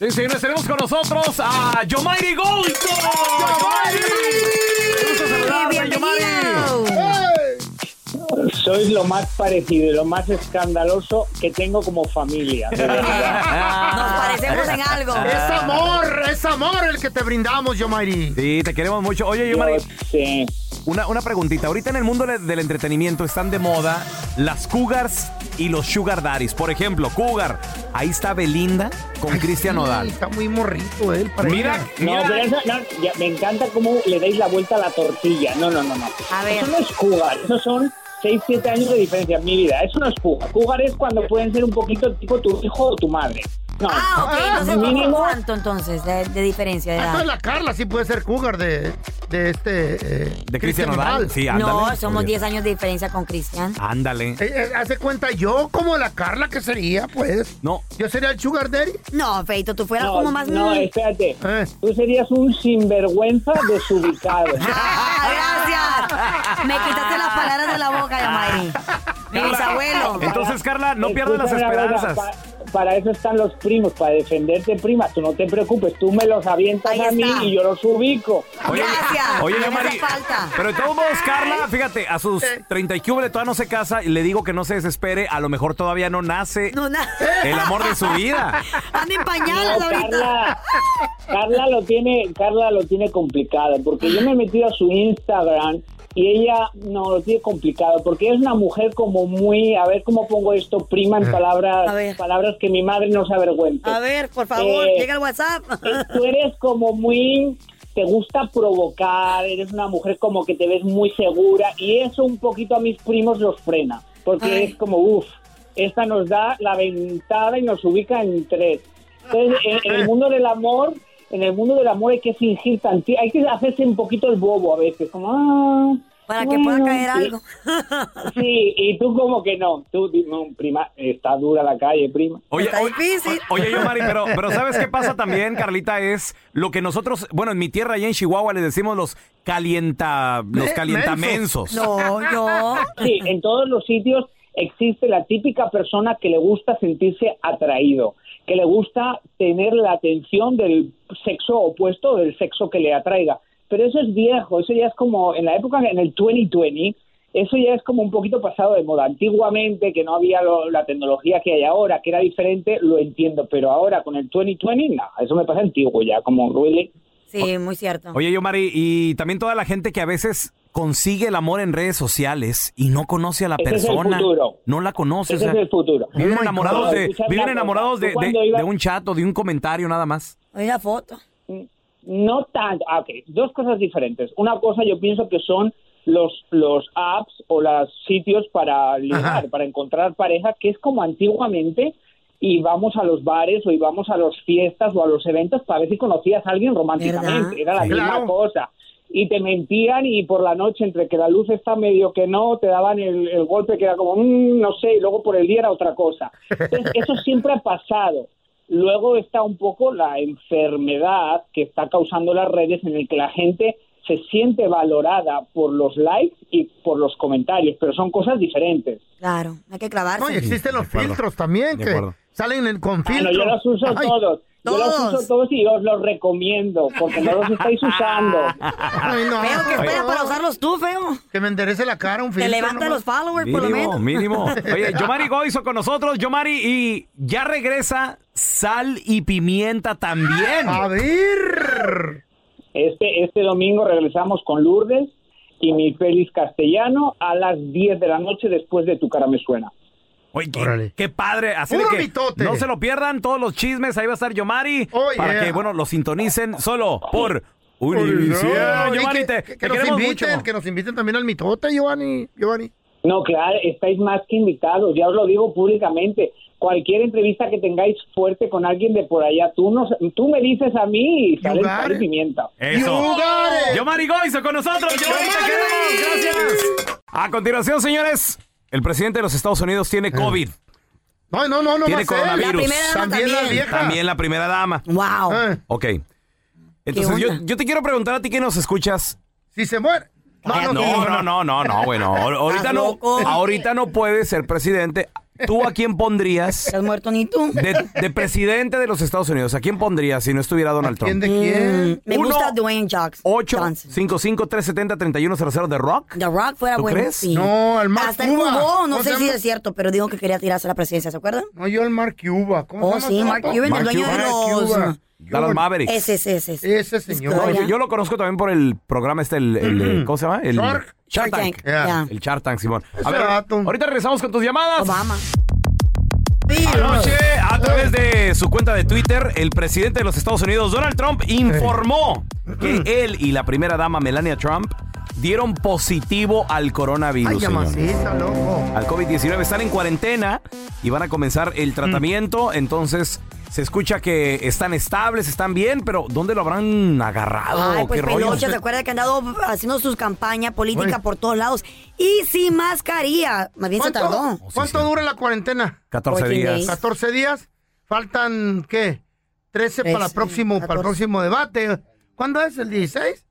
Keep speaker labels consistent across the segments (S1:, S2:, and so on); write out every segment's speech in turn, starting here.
S1: Sí, señores, tenemos con nosotros a Yomairi Gold. ¡Yomairi!
S2: Sois lo más parecido y lo más escandaloso que tengo como familia. de verdad.
S3: parecemos en algo.
S4: Es amor, es amor el que te brindamos, Yomairi.
S1: Sí, te queremos mucho. Oye,
S2: Yo
S1: Yomairi,
S2: sé.
S1: una, una preguntita. Ahorita en el mundo le- del entretenimiento están de moda las cougars y los sugar daddies. Por ejemplo, cougar. Ahí está Belinda con Cristian Nodal.
S4: Está muy morrito él. para
S1: Mira,
S4: ella.
S2: No,
S1: mira.
S2: pero eso- no, ya, me encanta cómo le dais la vuelta a la tortilla. No, no, no, no.
S3: A ver.
S2: Eso no es jugar. Eso son 6, 7 años de diferencia en mi vida. Eso no es jugar. Jugar es cuando pueden ser un poquito tipo tu hijo o tu madre. No.
S3: Ah, ok, entonces
S2: mínimo.
S3: ¿cómo cuánto entonces de, de diferencia de
S4: Ah, entonces
S3: edad?
S4: la Carla sí puede ser cougar de, de este... eh,
S1: De Cristian Nodal. Sí, ándale.
S3: No, somos
S1: Oye,
S3: 10 años de diferencia con Cristian.
S1: Ándale.
S4: Eh, eh, hace cuenta yo como la Carla que sería, pues.
S1: No.
S4: Yo sería el sugar daddy.
S3: No, Feito, tú fueras
S2: No,
S3: como más...
S2: Ah, no, espérate.
S4: Eh.
S2: Tú serías un sinvergüenza desubicado.
S3: Ah, gracias. Me quitaste las palabras de la boca, Yamari. Mi bisabuelo.
S1: Entonces, Carla, no pierdas las
S2: Escúchame una cosa,
S1: esperanzas.
S2: pa- para eso están los primos, para defenderte, prima. Tú no te preocupes, tú me los avientas
S3: Ahí
S2: a mí
S3: está.
S2: y yo los ubico.
S3: Gracias.
S1: Oye,
S3: No me
S1: Yamari,
S3: hace falta.
S1: Pero de todos modos, Carla, fíjate, a sus
S4: Eh.
S1: 30 y cúbele todavía no se casa y le digo que no se desespere. A lo mejor todavía no nace
S3: No, na-
S1: el amor de su vida.
S3: Anda en pañales
S2: No,
S3: ahorita.
S2: Carla, Carla lo tiene, Carla lo tiene complicado, porque yo me he metido a su Instagram y ella no lo tiene complicado, porque es una mujer como muy, a ver cómo pongo esto, prima
S1: Eh.
S2: en
S3: A ver.
S2: palabras, palabras que mi madre no se avergüenza.
S3: A ver, por favor,
S2: Eh,
S3: llega el WhatsApp.
S2: Eh, tú eres como muy te gusta provocar, eres una mujer como que te ves muy segura y eso un poquito a mis primos los frena, porque
S3: Ay.
S2: es como uff, esta nos da la ventada y nos ubica en tres. Entonces, en, en el mundo del amor, en el mundo del amor hay que fingir tantito, hay que hacerse un poquito el bobo a veces, como ah,
S3: Para que pueda
S2: bueno,
S3: caer
S2: sí.
S3: algo.
S2: Sí, y tú como que no, tú di- no, prima, está dura la calle, prima.
S3: Está difícil.
S1: o- Oye, yo, Mari, pero, pero ¿sabes qué pasa también, Carlita? Es lo que nosotros, bueno, en mi tierra, allá en Chihuahua, le decimos los calienta, los
S4: Me-
S1: calientamensos.
S3: No, yo.
S2: Sí, en todos los sitios existe la típica persona que le gusta sentirse atraído, que le gusta tener la atención del sexo opuesto, del sexo que le atraiga. Pero eso es viejo, eso ya es como en la época, en el 2020, eso ya es como un poquito pasado de moda. Antiguamente, que no había lo- la tecnología que hay ahora, que era diferente, lo entiendo, pero ahora con el 2020, no, eso me pasa antiguo ya, como really.
S3: Sí, muy cierto.
S1: Oye, yo, Mari, y también toda la gente que a veces consigue el amor en redes sociales y no conoce a la
S2: Ese es el
S1: persona.
S2: futuro.
S1: no la conoce. o
S2: Ese
S1: sea,
S2: es el futuro.
S1: Viven
S4: Oh my
S1: enamorados,
S2: God.
S1: de,
S2: Escuchar
S1: viven
S2: la cosa.
S1: enamorados de,
S2: Yo
S1: de-
S2: cuando iba-
S1: de un chato, de un comentario nada más.
S3: Oye, la foto.
S2: Mm, No tanto. Ah, ok. Dos cosas diferentes. Una cosa yo pienso que son los, los apps o los sitios para ligar,
S4: Ajá.
S2: para encontrar pareja, que es como antiguamente íbamos a los bares o íbamos a las fiestas o a los eventos para ver si conocías a alguien románticamente.
S3: ¿Verdad?
S2: Era la
S4: Sí.
S2: misma
S4: Claro.
S2: cosa. Y te mentían y por la noche, entre que la luz está medio que no, te daban el, el golpe que era como, "Mm, no sé, y luego por el día era otra cosa. Entonces, eso siempre ha pasado. Luego está un poco la enfermedad que está causando las redes en el que la gente se siente valorada por los likes y por los comentarios, pero son cosas diferentes.
S3: Claro, hay que
S4: No, y
S3: clavarse.
S4: existen los
S1: de acuerdo.
S4: filtros también
S1: De
S4: que
S1: acuerdo.
S4: salen en- con
S2: Ah, no,
S4: filtros.
S2: yo los uso
S4: Ay,
S2: todos. Yo los
S3: todos.
S2: uso todos y os los recomiendo, porque no los estáis usando.
S4: ay, no.
S3: Feo, que espera
S4: Ay,
S3: para usarlos tú, feo.
S4: Que me enderece la cara un
S3: Te
S4: filtro.
S3: levanta los
S4: nomás.
S3: followers, por lo
S1: Mínimo,
S3: menos.
S1: mínimo. Oye, Yomari Goizo con nosotros. Yomari, y ya regresa sal y pimienta también.
S4: A ver.
S2: Este, este domingo regresamos con Lourdes y mi Félix Castellano a las 10 de la noche después de Tu cara me suena.
S1: Oye, qué,
S4: Órale.
S1: qué padre. Así de
S4: Puro
S1: que
S4: mitote.
S1: no se lo pierdan todos los chismes. Ahí va a estar Yomari.
S4: Oh,
S1: para
S4: yeah.
S1: que, bueno, lo sintonicen solo por
S4: Oye,
S1: Univisión.
S4: no,
S1: Yomari,
S4: y
S1: te,
S4: que,
S1: te
S4: que nos
S1: queremos
S4: inviten,
S1: mucho.
S4: que nos inviten también al mitote, Giovanni. Giovanni.
S2: No, claro, estáis más que invitados, ya os lo digo públicamente. cualquier entrevista que tengáis fuerte con alguien de por allá, tú, nos, tú me dices a mí y sale
S4: got
S2: sal y
S4: it.
S2: pimienta.
S1: Eso. Yo Goizo con nosotros. Yomari, te queremos. Gracias. A continuación, señores, el presidente de los Estados Unidos
S4: Eh.
S1: tiene COVID.
S4: No, no, no, no.
S1: Tiene
S4: más él.
S1: coronavirus. La primera
S3: dama
S4: También la
S3: también.
S4: vieja.
S1: También la primera dama.
S3: ¡Wow!
S4: Eh,
S1: Ok. Entonces, yo,
S3: onda?
S1: yo te quiero preguntar a ti que nos escuchas. Ah,
S4: si se muere.
S1: No, Eh, no, no, no, no, bueno. ahor- Ahorita
S3: ¿Estás
S1: no,
S3: loco?
S1: ahorita no puedes ser presidente. ¿Tú a quién pondrías
S3: ¿Te has muerto ni tú?
S1: de, de presidente de los Estados Unidos? ¿A quién pondrías si no estuviera Donald
S4: ¿Quién
S1: Trump?
S4: de quién?
S3: Mm, Me
S1: Uno,
S3: gusta Dwayne Johnson.
S1: 8
S3: Johnson.
S1: 55 370 3100 de Rock.
S3: The Rock fuera
S1: ¿Tú
S3: bueno.
S1: crees?
S3: sí.
S4: No, al más
S3: Hasta
S4: Cuba.
S3: el jugó, no
S4: ¿Cómo
S3: sé
S4: se
S3: si
S4: llama?
S3: es cierto, pero dijo que quería tirarse a la presidencia, ¿se acuerdan?
S4: No, yo al Mark Cuba. ¿Cómo
S3: Oh,
S4: se llama?
S3: sí,
S4: ese
S3: Mark
S4: vato?
S3: Cuban, el
S1: Mark
S3: dueño de
S1: Cuban.
S3: los...
S4: Cuba.
S1: Dallas Mavericks.
S3: Ese, ese, ese.
S4: Ese señor.
S3: Escobar.
S1: Yo, yo lo conozco también por el programa este, el, el, eh, ¿cómo se llama? El
S4: Shark.
S3: Shark Tank.
S4: Yeah.
S3: ya.
S1: El Shark Tank, Simón. A
S4: Ese
S1: ver,
S4: vato.
S1: ahorita regresamos con tus llamadas.
S3: Obama.
S1: Anoche, a través de su cuenta de Twitter, el presidente de los Estados Unidos, Donald Trump, informó que él y la primera dama, Melania Trump, dieron positivo al
S4: Ay,
S1: coronavirus. señor.
S4: llamacita, loco.
S1: Al COVID-19 están en cuarentena y van a comenzar
S3: Mm.
S1: el tratamiento. Entonces, se escucha que están estables, están bien, pero ¿dónde lo habrán agarrado?
S3: Ay, pues
S1: Oh, ¿Qué rollo?
S3: Pelocha, ¿se acuerda que han dado haciendo sus campañas políticas
S4: Oye.
S3: por todos lados? Y sin mascarilla. Más bien se tardó.
S4: ¿Cuánto, cuánto
S1: Oh, sí.
S4: dura la cuarentena?
S1: 14 días.
S3: Oye, Seis.
S4: 14 días. Faltan, ¿qué? 13 para, la
S3: Trece,
S4: próximo, para el
S3: 14.
S4: próximo debate. ¿Cuándo es? ¿El 16?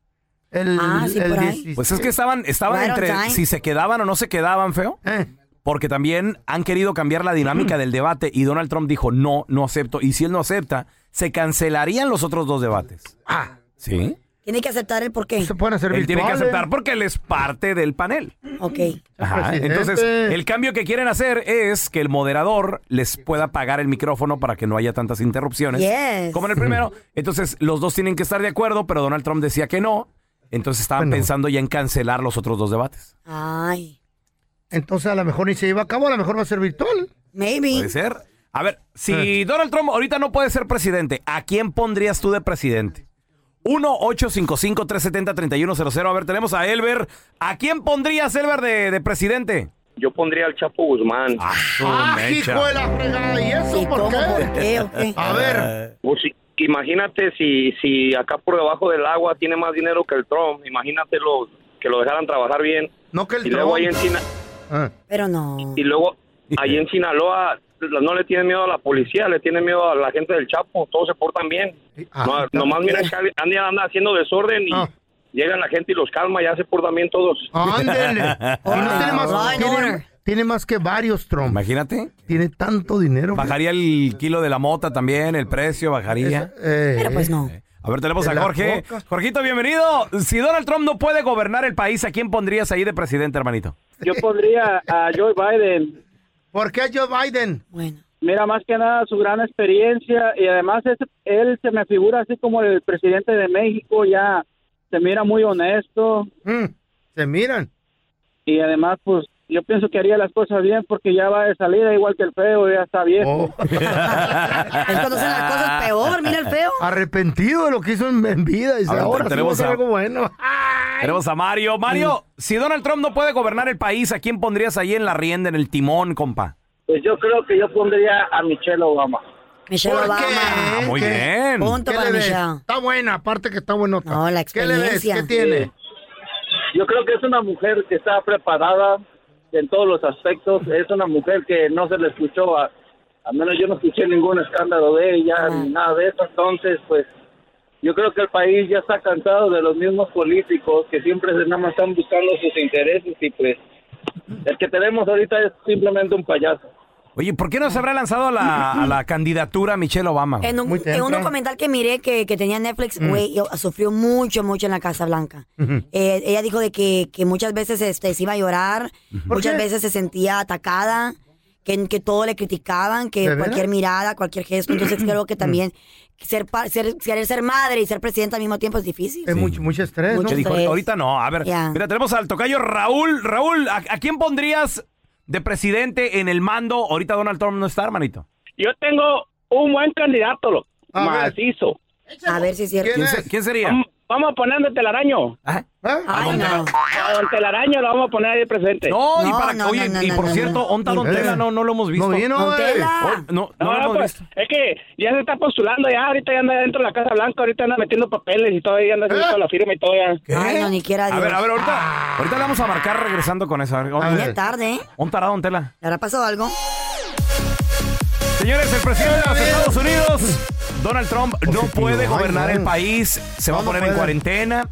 S4: El,
S3: Ah, sí,
S4: el
S3: por ahí.
S4: 16.
S1: Pues es que estaban, estaban
S3: Right on
S1: entre
S3: time.
S1: si se quedaban o no se quedaban, feo.
S4: Eh,
S1: Porque también han querido cambiar la dinámica del debate y Donald Trump dijo, no, no acepto. Y si él no acepta, se cancelarían los otros dos debates.
S4: ah,
S1: ¿Sí?
S3: Tiene que aceptar el porqué.
S4: se pueden hacer
S1: Él tiene que
S4: virtuales.
S1: aceptar porque él es parte del panel.
S3: Ok.
S1: Ajá,
S4: presidente.
S1: Entonces, el cambio que quieren hacer es que el moderador les pueda apagar el micrófono para que no haya tantas interrupciones.
S3: Yes.
S1: Como en el primero. Entonces, los dos tienen que estar de acuerdo, pero Donald Trump decía que no. Entonces estaban
S4: Bueno.
S1: pensando ya en cancelar los otros dos debates.
S3: Ay.
S4: Entonces a lo mejor ni se lleva a cabo, a lo mejor va a ser virtual.
S1: Puede
S3: Maybe.
S1: ser. A ver, si
S4: Eh.
S1: Donald Trump ahorita no puede ser presidente, ¿a quién pondrías tú de presidente? 1-855-370-3100. A ver, tenemos a Elber. ¿A quién pondrías, Elber, de, de presidente?
S5: Yo pondría al Chapo Guzmán.
S1: Ah, su
S4: ¡Ah,
S1: mecha.
S4: hijo de la fregada! ¿Y eso
S3: ¿Y
S4: por
S3: cómo? ¿Por
S4: qué?
S3: qué? ¿O qué?
S4: A ver,
S5: Pues, si- imagínate si, si acá por debajo del agua tiene más dinero que el Trump. Imagínate los, que lo dejaran trabajar bien.
S4: no que el
S5: Y luego, ahí en
S4: Trump.
S5: Sina-
S4: Ah,
S3: Pero no.
S5: y luego ahí en Sinaloa no le tienen miedo a la policía, le tienen miedo a la gente del Chapo. Todos se portan bien.
S4: ah,
S5: No, nomás mira, que alguien anda haciendo desorden y
S4: Ah.
S5: llegan la gente y los calma. Ya se portan bien todos.
S4: Ándele. Y no tiene
S3: Law
S4: más,
S3: and
S4: tiene,
S3: order.
S4: tiene más que varios Trump.
S1: Imagínate.
S4: Tiene tanto dinero.
S1: Bajaría el kilo de la mota también, el precio bajaría.
S4: Eh,
S3: Pero pues no.
S1: A ver, tenemos
S4: De
S1: a
S4: la
S1: Jorge.
S4: coca.
S1: Jorgito, bienvenido. Si Donald Trump no puede gobernar el país, ¿a quién pondrías ahí de presidente, hermanito?
S6: Yo pondría a Joe Biden.
S4: ¿Por qué Joe Biden?
S3: Bueno.
S6: Mira, más que nada su gran experiencia y además es- él se me figura así como el presidente de México, ya se mira muy honesto
S4: Mm, se miran.
S6: y además pues yo pienso que haría las cosas bien porque ya va de salida igual que el feo, ya está bien.
S4: Oh,
S3: Es cuando hacen las cosas peor, mira el feo.
S4: arrepentido de lo que hizo en, en vida. Dice,
S1: A ver,
S4: ahora sí
S1: tenemos
S4: voy a hacer
S1: a-
S4: algo bueno.
S1: Tenemos a Mario. Mario, si Donald Trump no puede gobernar el país, ¿a quién pondrías ahí en la rienda, en el timón, compa?
S6: Pues yo creo que yo pondría a Michelle Obama.
S3: Michelle
S4: ¿Por
S3: Obama.
S4: qué?
S1: Ah, muy
S4: ¿Qué-
S1: bien.
S3: Punto
S4: ¿Qué
S3: para
S4: le ves?
S3: Michelle.
S4: Está buena, aparte que está buenota.
S3: No, la
S4: ¿Qué le
S3: experiencia.
S4: ves? ¿Qué tiene?
S6: Yo creo que es una mujer que está preparada en todos los aspectos, es una mujer que no se le escuchó, a, al menos yo no escuché ningún escándalo de
S7: Ah.
S6: ella ni nada de eso, entonces pues yo creo que el país ya está cansado de los mismos políticos que siempre se nada más están buscando sus intereses y pues el que tenemos ahorita es simplemente un payaso.
S1: Oye, ¿por qué no se habrá lanzado a la, a la candidatura Michelle Obama?
S3: En un,
S4: Muy
S3: en un
S4: temprano.
S3: documental que miré que, que tenía Netflix,
S1: Mm.
S3: güey, yo- ah, sufrió mucho, mucho en la Casa Blanca. Eh, ella dijo de que, que muchas veces este, se iba a llorar,
S4: ¿Por
S3: muchas
S4: qué?
S3: veces se sentía atacada, que, que todo le criticaban, que
S4: ¿De veras? Mm.
S3: cualquier mirada, cualquier gesto. Entonces creo que también ser, pa- ser, ser, ser madre y ser presidenta al mismo tiempo es difícil.
S4: Es mucho, mucho estrés,
S1: Te
S3: Mucho
S4: ¿no?
S1: dijo,
S3: tres.
S1: ahorita no. A ver,
S3: Ya.
S1: mira, tenemos al tocayo Raúl. Raúl, ¿a, a quién pondrías de presidente en el mando? Ahorita Donald Trump no está, hermanito.
S6: Yo tengo un buen candidato,
S4: A ver.
S6: macizo.
S3: A ver si es cierto.
S4: ¿Quién
S1: ¿Quién,
S4: es?
S1: se- quién sería?
S7: vamos a poner donde telaraño.
S3: Ah.
S1: ¿Eh? ¿A dónde va?
S7: A don telaraño lo vamos a poner ahí presente.
S1: No, y
S3: No,
S1: para
S3: no,
S1: oye,
S3: no, no,
S1: y
S3: no,
S1: por
S3: no,
S1: cierto,
S3: no.
S1: ¿onta Don
S4: Eh.
S1: Tela? No, no lo hemos visto.
S4: No vino,
S3: Don
S4: güey.
S3: Tela.
S1: Oh, no, no,
S7: No,
S1: lo hemos
S7: pues,
S1: visto.
S7: es que ya se está postulando, ya ahorita ya anda dentro de la Casa Blanca, ahorita anda metiendo papeles y todo, ya anda haciendo
S4: ¿Eh?
S7: toda la firma y todo ya.
S3: Ay, no, ni quiera
S1: A
S3: Dios.
S1: ver, a ver,
S6: Ah.
S1: ahorita, ahorita le vamos a marcar regresando con eso. A ver,
S4: A
S3: Ya
S4: ver.
S3: es tarde, ¿eh?
S1: ¿Onta Don Tela?
S3: ¿Le habrá pasado algo?
S1: Señores, el presidente de los Estados Unidos, Donald Trump, no
S4: Positivo.
S1: puede
S4: Ay,
S1: gobernar
S4: no.
S1: el país, se va a
S4: No, no
S1: poner en
S4: puede.
S1: cuarentena.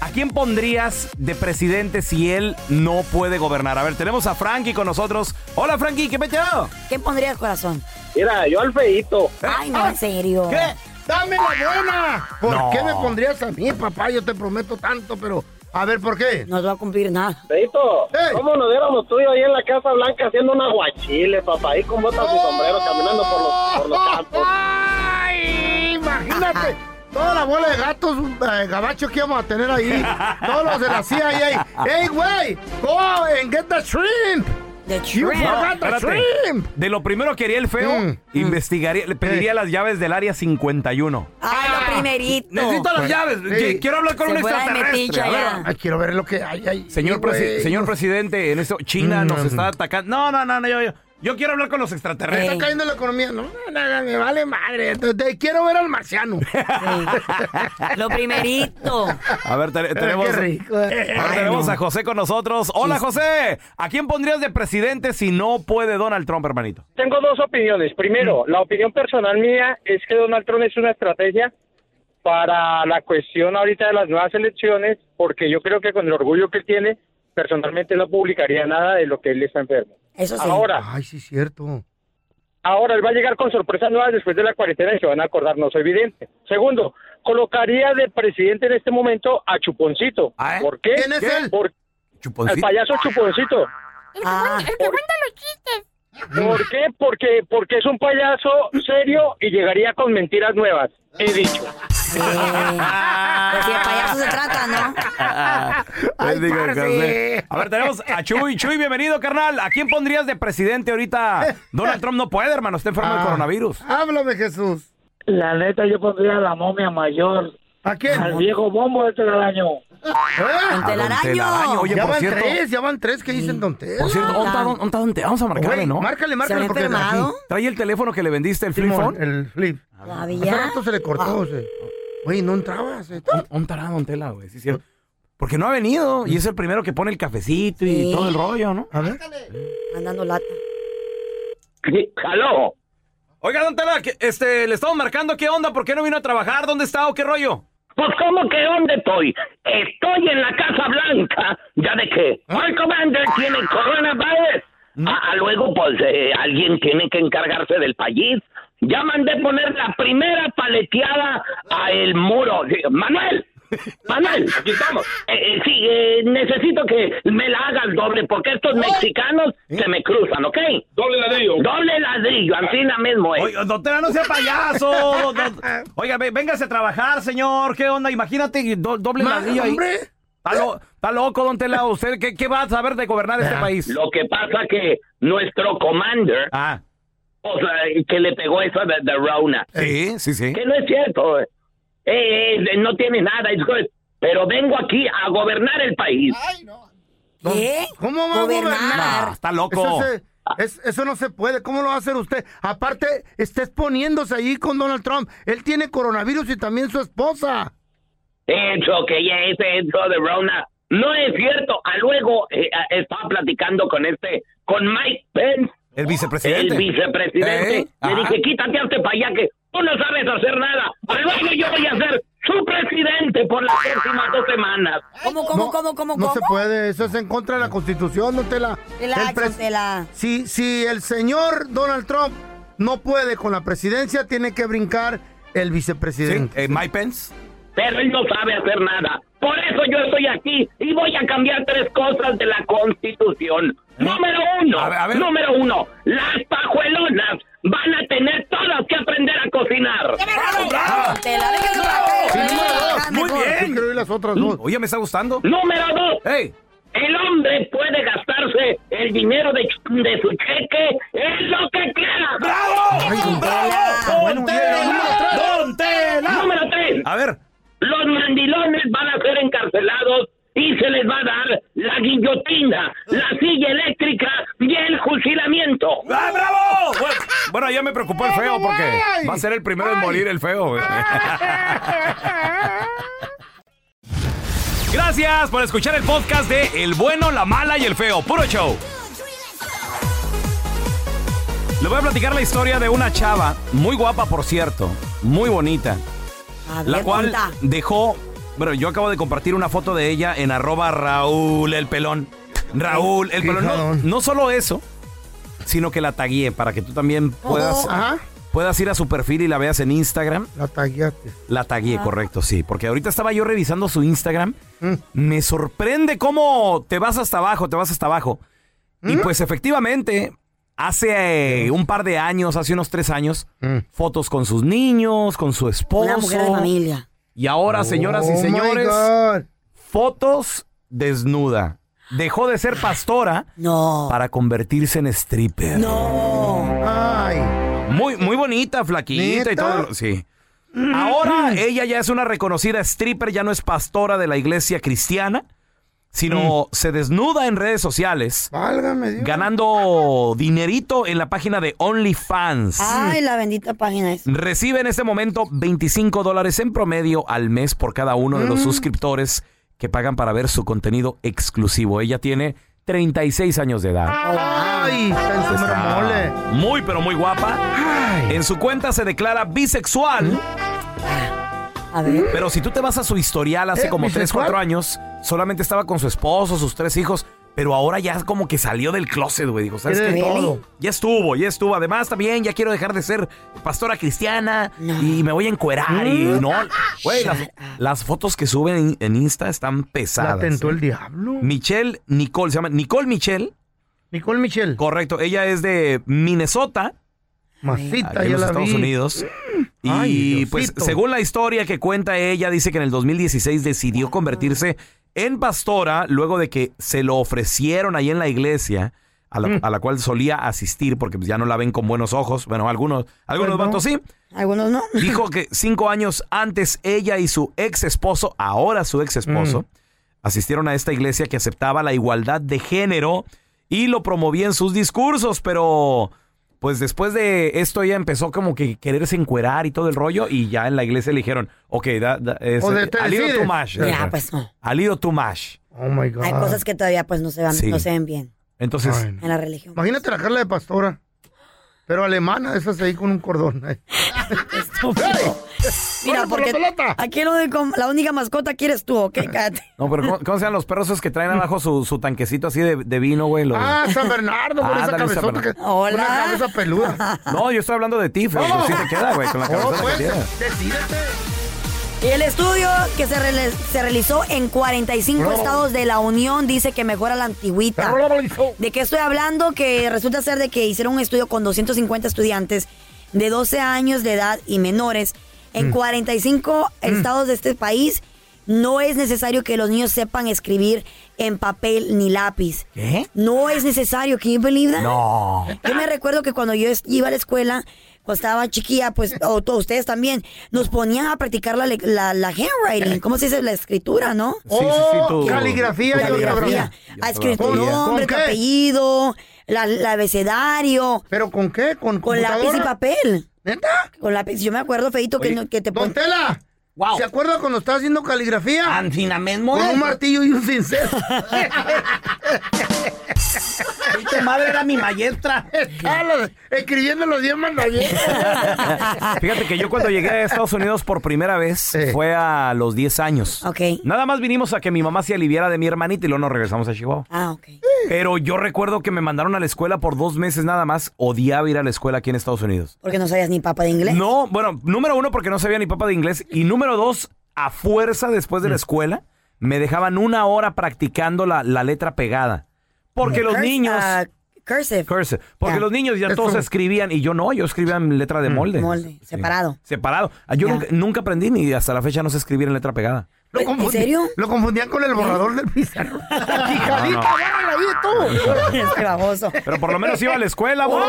S1: ¿A quién pondrías de presidente si él no puede gobernar? A ver, tenemos a Frankie con nosotros. Hola, Frankie, ¿qué peteado?
S3: ¿Qué pondrías, corazón?
S8: Mira, yo al feito.
S3: Ay, no, en serio.
S4: ¿Qué? ¡Dame la buena! ¿Por
S1: No.
S4: qué me pondrías a mí, papá? Yo te prometo tanto, pero... A ver, ¿por qué?
S3: No te va a cumplir nada.
S8: Feito,
S4: Ey.
S8: ¿cómo nos diéramos tú y yo ahí en la Casa Blanca haciendo un aguachile, papá? Ahí con botas y sombrero caminando por los, por los campos.
S4: ¡Ay! Imagínate. Toda la bola de gatos eh, gabachos que íbamos a tener ahí. Todos los de la CIA. ¡Ey, güey! ¡Go and get the shrimp!
S3: De
S4: ¡You
S3: Trump.
S4: forgot the
S1: Espérate.
S4: shrimp!
S1: De lo primero que haría el feo,
S4: Mm.
S1: investigaría, le pediría las llaves del área 51.
S3: Ay, lo primerito.
S1: Ah, Necesito las llaves.
S4: Oh, pues, Sí.
S1: Quiero hablar con
S3: Se
S1: un
S3: fue la de
S1: extraterrestre.
S3: metiche
S1: A ver,
S3: allá.
S4: Ay, quiero ver lo que hay ahí.
S1: Señor, presi-
S4: presidente.
S1: señor presidente, en esto, China nos
S4: Mm.
S1: está atacando. No, no, no, no, yo, yo, yo quiero hablar con los extraterrestres.
S3: Ey.
S4: Está cayendo la economía. No, no, no, me vale madre. Te- te quiero ver al marciano.
S3: Sí. Lo primerito.
S1: A ver, te- tenemos,
S4: Eh, qué rico.
S1: a ver,
S4: Ay,
S1: tenemos
S4: no.
S1: a José con nosotros. Hola, José. ¿A quién pondrías de presidente si no puede Donald Trump, hermanito?
S6: Tengo dos opiniones. Primero,
S1: Mm.
S6: la opinión personal mía es que Donald Trump es una estrategia para la cuestión ahorita de las nuevas elecciones, porque yo creo que con el orgullo que él tiene, personalmente no publicaría nada de lo que él está enfermo.
S3: Eso sí.
S6: Ahora,
S4: Ay, sí, cierto.
S6: Ahora él va a llegar con sorpresas nuevas después de la cuarentena y se van a acordar, no es evidente. Segundo, colocaría de presidente en este momento a Chuponcito.
S1: Ah, ¿eh?
S6: ¿Por qué?
S4: ¿Quién es él?
S6: Por, al
S1: Chuponcito.
S6: payaso Chuponcito.
S3: Ah,
S6: ¿Por qué? Porque, porque es un payaso serio y llegaría con mentiras nuevas. He dicho.
S3: sí. Pues si de payaso se trata, ¿no?
S4: Ay,
S1: Bendigo,
S4: parce.
S1: Pues José. A ver, tenemos a Chuy. Chuy, bienvenido, carnal. ¿A quién pondrías de presidente ahorita? Donald Trump no puede, hermano. Está enfermo del
S4: Ah.
S1: coronavirus.
S4: Háblame, Jesús.
S8: La neta, yo pondría a la momia mayor,
S4: ¿A quién?
S8: al viejo bombo este de telaraño.
S4: ¿Eh?
S3: Don Telaraño.
S1: Oye,
S4: ya
S1: por
S4: van
S1: cierto,
S4: tres, ya van tres que dicen don Tela.
S1: por cierto, ¿dónde está- dónde está- dónde- Vamos a marcarle,
S4: Güey,
S1: ¿no?
S4: Márcale,
S3: ¿Se habrá
S4: márcale. porque
S3: enfermado?
S4: aquí-
S1: Trae el teléfono que le vendiste, el flip
S4: Simón,
S1: phone.
S4: el flip. Hace
S3: ¿Todavía?
S4: rato se le
S3: Ah.
S4: cortó. se- Güey, no eh. entraba. se-
S1: Un- Un tarado, un tela, güey. Sí, es cierto. Porque no ha venido y es el primero que pone el cafecito y
S3: Sí.
S1: todo el rollo, ¿no?
S4: A ver.
S3: Andando lata.
S8: ¡Aló!
S1: Oiga, don Tela, que, este, le estamos marcando qué onda, por qué no vino a trabajar, dónde está o qué rollo.
S8: Pues cómo que dónde estoy? Estoy en la Casa Blanca. ¿Ya de qué? Michael Andel tiene coronavirus. Ah, ah, luego, pues eh, alguien tiene que encargarse del país. Ya mandé poner la primera paleteada a el muro. Sí, Manuel, Manuel, aquí estamos. Eh, eh, sí, eh, necesito que me la hagas doble porque estos mexicanos se me cruzan, ¿ok?
S6: Doble ladrillo.
S8: Doble ladrillo, así la mismo es.
S1: Oiga, don Tela, no sea payaso. don- don- Oiga, ve- véngase a trabajar, señor, qué onda, imagínate do- doble
S4: Ma-
S1: ladrillo ahí.
S4: hombre.
S1: Está, lo- está loco, don Tela, usted, ¿qué, qué va a saber de gobernar este
S4: Ah.
S1: país?
S8: Lo que pasa que nuestro commander
S1: Ah,
S8: o sea, que le pegó esa de, de Rona.
S1: sí, sí, sí.
S8: Que no es cierto. Eh, eh, no tiene nada, es good. Pero vengo aquí a gobernar el país.
S3: ¿Qué?
S4: ¿Cómo va a gobernar?
S1: No, está loco.
S4: Eso, se- es- eso no se puede. ¿Cómo lo va a hacer usted? Aparte, está exponiéndose ahí con Donald Trump. Él tiene coronavirus y también su esposa.
S8: Eso que ya es eso de Rona. No es cierto. A luego eh, a- estaba platicando con este, con Mike Pence,
S1: El vicepresidente.
S8: el vicepresidente.
S1: Eh,
S8: Le
S1: ajá.
S8: dije, quítate hasta para allá que tú no sabes hacer nada. A luego yo voy a ser su presidente por las próximas dos semanas.
S3: ¿Cómo, cómo,
S4: No,
S3: cómo, cómo,
S4: No
S3: cómo?
S4: se puede. Eso es en contra de la Constitución, no te la...
S3: Relax,
S4: el pres-
S3: don Tela.
S4: Si, si el señor Donald Trump no puede con la presidencia, tiene que brincar el
S1: Sí,
S4: vicepresidente.
S1: eh, Mike Pence.
S8: pero él no sabe hacer nada. Por eso yo estoy aquí y voy a cambiar tres cosas de la Constitución. Número uno,
S1: Eh, A ver, a ver.
S8: número uno, las pajuelonas van a tener todas que aprender a cocinar.
S3: ¡Bravo, bravo, don Tela! ¡Venga,
S4: Sí,
S3: venga,
S4: número
S3: venga,
S4: dos.
S3: acá
S1: Muy
S3: mejor.
S1: bien.
S4: Yo quiero oír las otras dos.
S1: Oye, me está gustando.
S8: Número dos,
S1: ¡Ey!
S8: el hombre puede gastarse el dinero de, de su cheque en lo que quiera.
S1: ¡Bravo!
S3: don
S1: ¡Bravo!
S3: Tela.
S1: ¡Don Tela! ¡Don Tela!
S8: Número tres,
S1: A ver.
S8: los
S9: mandilones van a ser encarcelados y se les va a dar la guillotina, la silla eléctrica y el fusilamiento.
S1: ¡Ah, bravo! Bueno, bueno, ya me preocupó el feo porque va a ser el primero en morir el feo. güey. Gracias por escuchar el podcast de El bueno, la mala y el feo. Puro show. Le voy a platicar la historia de una chava, muy guapa por cierto, muy bonita, la cual dejó, bueno, yo acabo de compartir una foto de ella en arroba Raúl el pelón. Raúl el pelón. No, no solo eso, sino que la tagué para que tú también puedas, puedas ir a su perfil y la veas en Instagram.
S4: La tagueaste.
S1: La tagué,
S3: Ah.
S1: correcto, sí. Porque ahorita estaba yo revisando su Instagram.
S4: Mm.
S1: Me sorprende cómo te vas hasta abajo, te vas hasta abajo. Y
S4: Mm.
S1: pues efectivamente, hace eh, un par de años, hace unos tres años,
S4: Mm.
S1: fotos con sus niños, con su esposo.
S3: Una mujer de familia.
S1: Y ahora, señoras y
S4: Oh, my
S1: señores,
S4: God.
S1: fotos desnuda. Dejó de ser pastora
S3: Oh.
S1: para convertirse en stripper.
S4: Ay.
S1: Muy, muy bonita, flaquita y
S4: ¿Neta?
S1: todo. Sí.
S4: Mm.
S1: Ahora ella ya es una reconocida stripper, ya no es pastora de la iglesia cristiana, sino se desnuda en redes sociales,
S4: Mm. Válgame Dios.
S1: ganando dinerito en la página de OnlyFans.
S4: Mm.
S3: Ay, la bendita página es.
S1: Recibe en este momento 25 dólares en promedio al mes por cada uno de los suscriptores que pagan para ver su contenido exclusivo. Ella tiene 36 años de edad.
S4: Ay, está en su mole.
S1: Muy, pero muy guapa. En su cuenta se declara bisexual.
S3: A ver.
S1: Pero si tú te vas a su historial hace
S4: ¿Eh?
S1: como 3,
S4: ¿Bisexual?
S1: 4 años, solamente estaba con su esposo, sus tres hijos, pero ahora ya como que salió del closet, güey. Dijo, ¿sabes
S4: Tiene
S1: qué?
S4: de todo.
S1: Ya estuvo, ya estuvo. Además, también ya quiero dejar de ser pastora cristiana y me voy a encuerar y
S4: Mm.
S1: no. Güey, las, las fotos que suben en, en Insta están
S4: La
S1: pesadas. eh.
S4: tentó el diablo.
S1: Michelle Nicole, se llama Nicole Michelle,
S4: Nicole Michel.
S1: correcto. Ella es de Minnesota.
S4: Masita,
S1: aquí en
S4: ya
S1: los
S4: la
S1: Estados
S4: vi. Mm.
S1: Unidos. Y
S4: Ay,
S1: pues
S4: Diosito.
S1: según la historia que cuenta ella, dice que en el 2016 decidió convertirse en pastora luego de que se lo ofrecieron ahí en la iglesia. A la,
S4: Mm.
S1: a la cual solía asistir porque pues, ya no la ven con buenos ojos. Bueno, algunos, algunos
S4: Pues no.
S1: vatos sí.
S3: Algunos no.
S1: Dijo que cinco años antes ella y su ex esposo, ahora su ex
S3: Mm.
S1: esposo, asistieron a esta iglesia que aceptaba la igualdad de género y lo promovía en sus discursos, pero pues después de esto ella empezó como que quererse encuerar y todo el rollo y ya en la iglesia le dijeron, ok, da, da- es,
S4: O de- te
S1: a little too
S4: decides.
S1: much.
S3: Ya, pues no.
S1: A little too much.
S4: Oh my God.
S3: Hay cosas que todavía pues no se, van,
S1: Sí.
S3: no se ven bien
S1: Entonces,
S4: Ay, no.
S3: en la religión.
S4: Imagínate la Carla de Pastora. Pero alemana, esa se ahí con un cordón. Ay.
S3: Mira,
S4: ¡Corre por
S3: porque
S4: la pelota!
S3: aquí lo único- la única mascota que eres tú, ¿ok? Cállate.
S1: no, pero ¿cómo, cómo se llaman los perros esos que traen abajo su, su tanquecito así de, de vino, güey? Los-
S4: Ah, San Bernardo, con
S1: Ah,
S4: esa
S1: dale, San
S4: cabezota que.
S1: Bernardo.
S3: Hola.
S4: Una cabeza peluda.
S1: No, yo estoy hablando de ti, pero
S4: No.
S1: sí te queda, güey, con la cabeza
S4: Oh,
S1: que
S4: pues,
S1: tienes.
S4: decídete.
S3: Y el estudio que se, rele- se realizó en 45
S4: Bravo.
S3: estados de la Unión dice que mejora la antigüita.
S4: Perro lo realizó.
S3: ¿De qué estoy hablando? Que resulta ser de que hicieron un estudio con 250 estudiantes de 12 años de edad y menores en
S4: Mm.
S3: 45 estados de este país. No es necesario que los niños sepan escribir en papel ni lápiz.
S1: ¿Qué?
S3: No es necesario. ¿Can you believe that?
S1: No.
S3: Yo me recuerdo que cuando yo es- iba a la escuela, cuando estaba chiquilla, pues, o todos ustedes también, nos ponían a practicar la, le- la, la handwriting, ¿cómo se dice? La escritura, ¿no?
S1: Sí, sí, sí, tu-
S4: Oh, caligrafía
S1: tu
S4: y
S3: Caligrafía.
S4: ortografía.
S1: Yo
S3: A escribir tu
S1: todavía.
S4: ¿Con-
S3: nombre,
S4: con
S3: tu
S4: qué?
S3: apellido, la, la abecedario,
S4: ¿Pero con qué? ¿Con,
S3: con lápiz y
S4: computadora?
S3: papel.
S4: ¿Neta?
S3: Con lápiz. Yo me acuerdo, Feito, que, no- que te
S4: Don
S3: pon-
S4: Tela.
S1: Wow.
S4: ¿Se acuerda cuando estaba haciendo caligrafía?
S1: Ah,
S4: Con un martillo y un cincel.
S1: Tu madre era mi maestra.
S4: Estaba los- escribiendo los diez mandamientos.
S1: Fíjate que yo cuando llegué a Estados Unidos por primera vez
S4: Eh.
S1: fue a los 10 años.
S3: Ok.
S1: Nada más vinimos a que mi mamá se aliviara de mi hermanita y luego nos regresamos a Chihuahua.
S3: Ah, ok.
S1: Pero yo recuerdo que me mandaron a la escuela por dos meses nada más. Odiaba ir a la escuela aquí en Estados Unidos.
S3: Porque no sabías ni papa de inglés.
S1: No, bueno, número uno porque no sabía ni papá de inglés y número dos, a fuerza después de
S4: Mm.
S1: la escuela, me dejaban una hora practicando la, la letra pegada. Porque los
S3: Curs-
S1: niños...
S3: ah, cursive.
S1: Cursive. Porque
S3: Ya. Mm.
S1: los niños ya
S4: Es
S1: todos
S4: como-
S1: escribían y yo no, yo escribía en letra de molde.
S3: molde, separado.
S1: Separado. Ah, Yo
S3: Ya.
S1: nunca, nunca aprendí ni hasta la fecha no sé escribir en letra pegada.
S4: Lo
S3: ¿En
S4: confundí-
S3: serio?
S4: Lo confundían con el borrador del pizarro.
S1: No, no.
S4: Quijadita, agárrala ahí tú.
S3: Este baboso. Oh,
S1: Pero por lo menos iba a la escuela, boludo.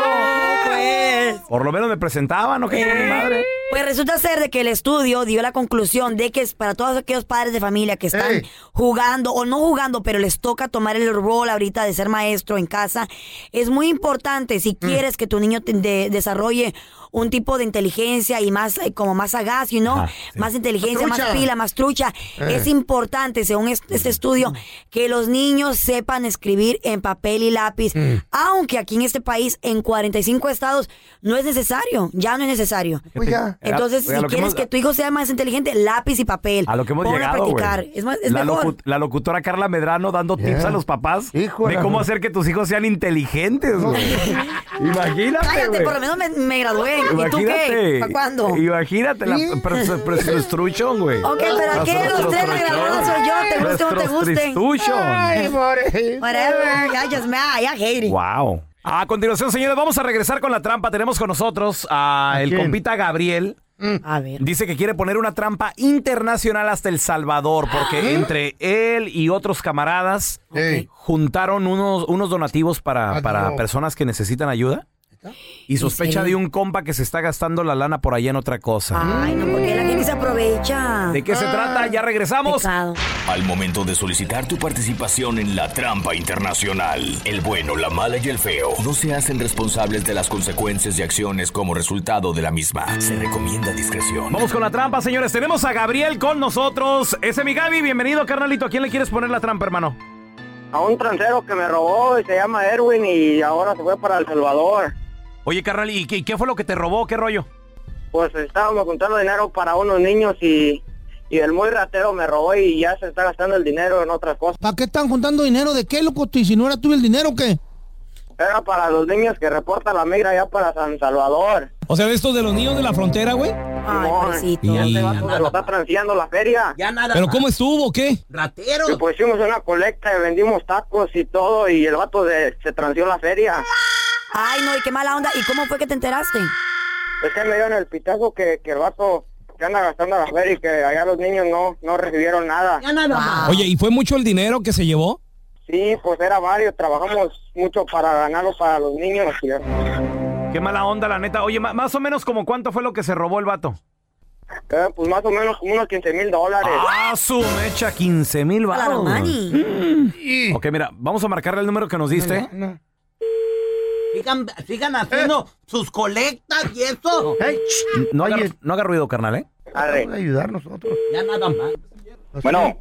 S3: pues.
S1: Por lo menos me presentaban, ¿no? Que ni madre.
S3: Pues resulta ser de que el estudio dio la conclusión de que es para todos aquellos padres de familia que están
S4: Ey.
S3: jugando o no jugando, pero les toca tomar el rol ahorita de ser maestro en casa, es muy importante si quieres que tu niño te- de- desarrolle un tipo de inteligencia y más eh, como más sagaz, you know, más inteligencia, más
S4: Trucha.
S3: pila, más trucha.
S4: Eh.
S3: Es importante, según es- este
S1: Mm.
S3: estudio, que los niños sepan escribir en papel y lápiz,
S1: Mm.
S3: aunque aquí en este país, en 45 estados, no es necesario, ya no es necesario.
S4: Pues ya.
S3: Entonces,
S1: Oiga,
S3: si
S1: lo que
S3: quieres
S1: hemos-
S3: que tu hijo sea más inteligente, lápiz y papel.
S1: A lo que hemos
S3: Ponlo
S1: llegado,
S3: a
S1: güey.
S3: practicar. Es, más, es
S1: la,
S3: mejor.
S1: locu- la locutora Carla Medrano dando tips
S4: Yeah.
S1: a los papás
S4: Híjole.
S1: de cómo hacer que tus hijos sean inteligentes, güey. Imagínate,
S3: Cállate,
S1: güey.
S3: por lo menos me, me gradué. ¿Y tú
S1: Imagínate.
S3: qué? ¿Para cuándo?
S1: Imagínate la pres- pres- prestruchón, güey.
S3: Ok, pero aquí de los tres la graduada soy yo, te guste o no te guste.
S1: Prestruchón.
S3: Whatever, I just mad, I hate it.
S1: Wow. A continuación, señores, vamos a regresar con la trampa. Tenemos con nosotros a el
S4: quién? Mm.
S1: compita Gabriel.
S3: A ver.
S1: Dice que quiere poner una trampa internacional hasta El Salvador,
S4: ¿Eh?
S1: porque entre él y otros camaradas
S4: Ey.
S1: juntaron unos, unos donativos para,
S4: Ah,
S1: para
S4: no.
S1: personas que necesitan ayuda. Y sospecha
S3: serio?
S1: de un compa que se está gastando la lana por allá en otra cosa.
S3: Ay, no, porque la gente se aprovecha. Ah,
S1: Mm. ¿De qué se trata? Ya regresamos.
S3: Pecado.
S10: Al momento de solicitar tu participación en la trampa internacional, el bueno, la mala y el feo no se hacen responsables de las consecuencias y acciones como resultado de la misma. Se recomienda discreción.
S1: Vamos con la trampa, señores. Tenemos a Gabriel con nosotros. Ese es mi Gaby. Bienvenido, carnalito. ¿A quién le quieres poner la trampa, hermano?
S5: A un transero que me robó y se llama Erwin y ahora se fue para El Salvador.
S1: Oye, carnal, ¿y qué, qué fue lo que te robó? ¿Qué rollo?
S5: Pues estábamos juntando dinero para unos niños y, y el muy ratero me robó y ya se está gastando el dinero en otras cosas.
S11: ¿Para qué están juntando dinero de qué, loco? ¿Y si no era tuyo el dinero o qué?
S5: Era para los niños que reporta la migra ya para San Salvador.
S11: O sea, estos de los niños de la frontera, güey.
S3: Ay,
S5: Simón.
S3: pobrecito.
S5: Este vato se lo está transeando la feria.
S11: ¿Pero cómo estuvo o qué?
S5: Y pues hicimos una colecta y vendimos tacos y todo y el vato de- se transeó la feria.
S3: Ay, no, y qué mala onda. ¿Y cómo fue que te enteraste?
S5: Es que me dieron el pitazo que, que el vato que anda gastando la feria y que allá los niños no, no recibieron nada.
S11: Oye, ¿y fue mucho el dinero que se llevó?
S5: Sí, pues era varios, trabajamos mucho para ganarlo para los niños. y- eh,
S1: Qué mala onda, la neta. Oye, ma- más o menos como cuánto fue lo que se robó el vato.
S5: eh, pues más o menos como unos 15 mil dólares.
S1: Ah, su mecha, 15 mil
S3: A la
S1: baros.
S3: Armani.
S1: Mm. Ok, mira, vamos a marcarle el número que nos diste.
S12: Sigan, sigan haciendo sus colectas y eso.
S4: Ey, shh,
S1: No haga,
S4: Oye.
S1: no haga ruido, carnal, ¿eh?
S5: Arre.
S4: vamos a ayudar nosotros.
S12: Ya nada más.
S6: Bueno,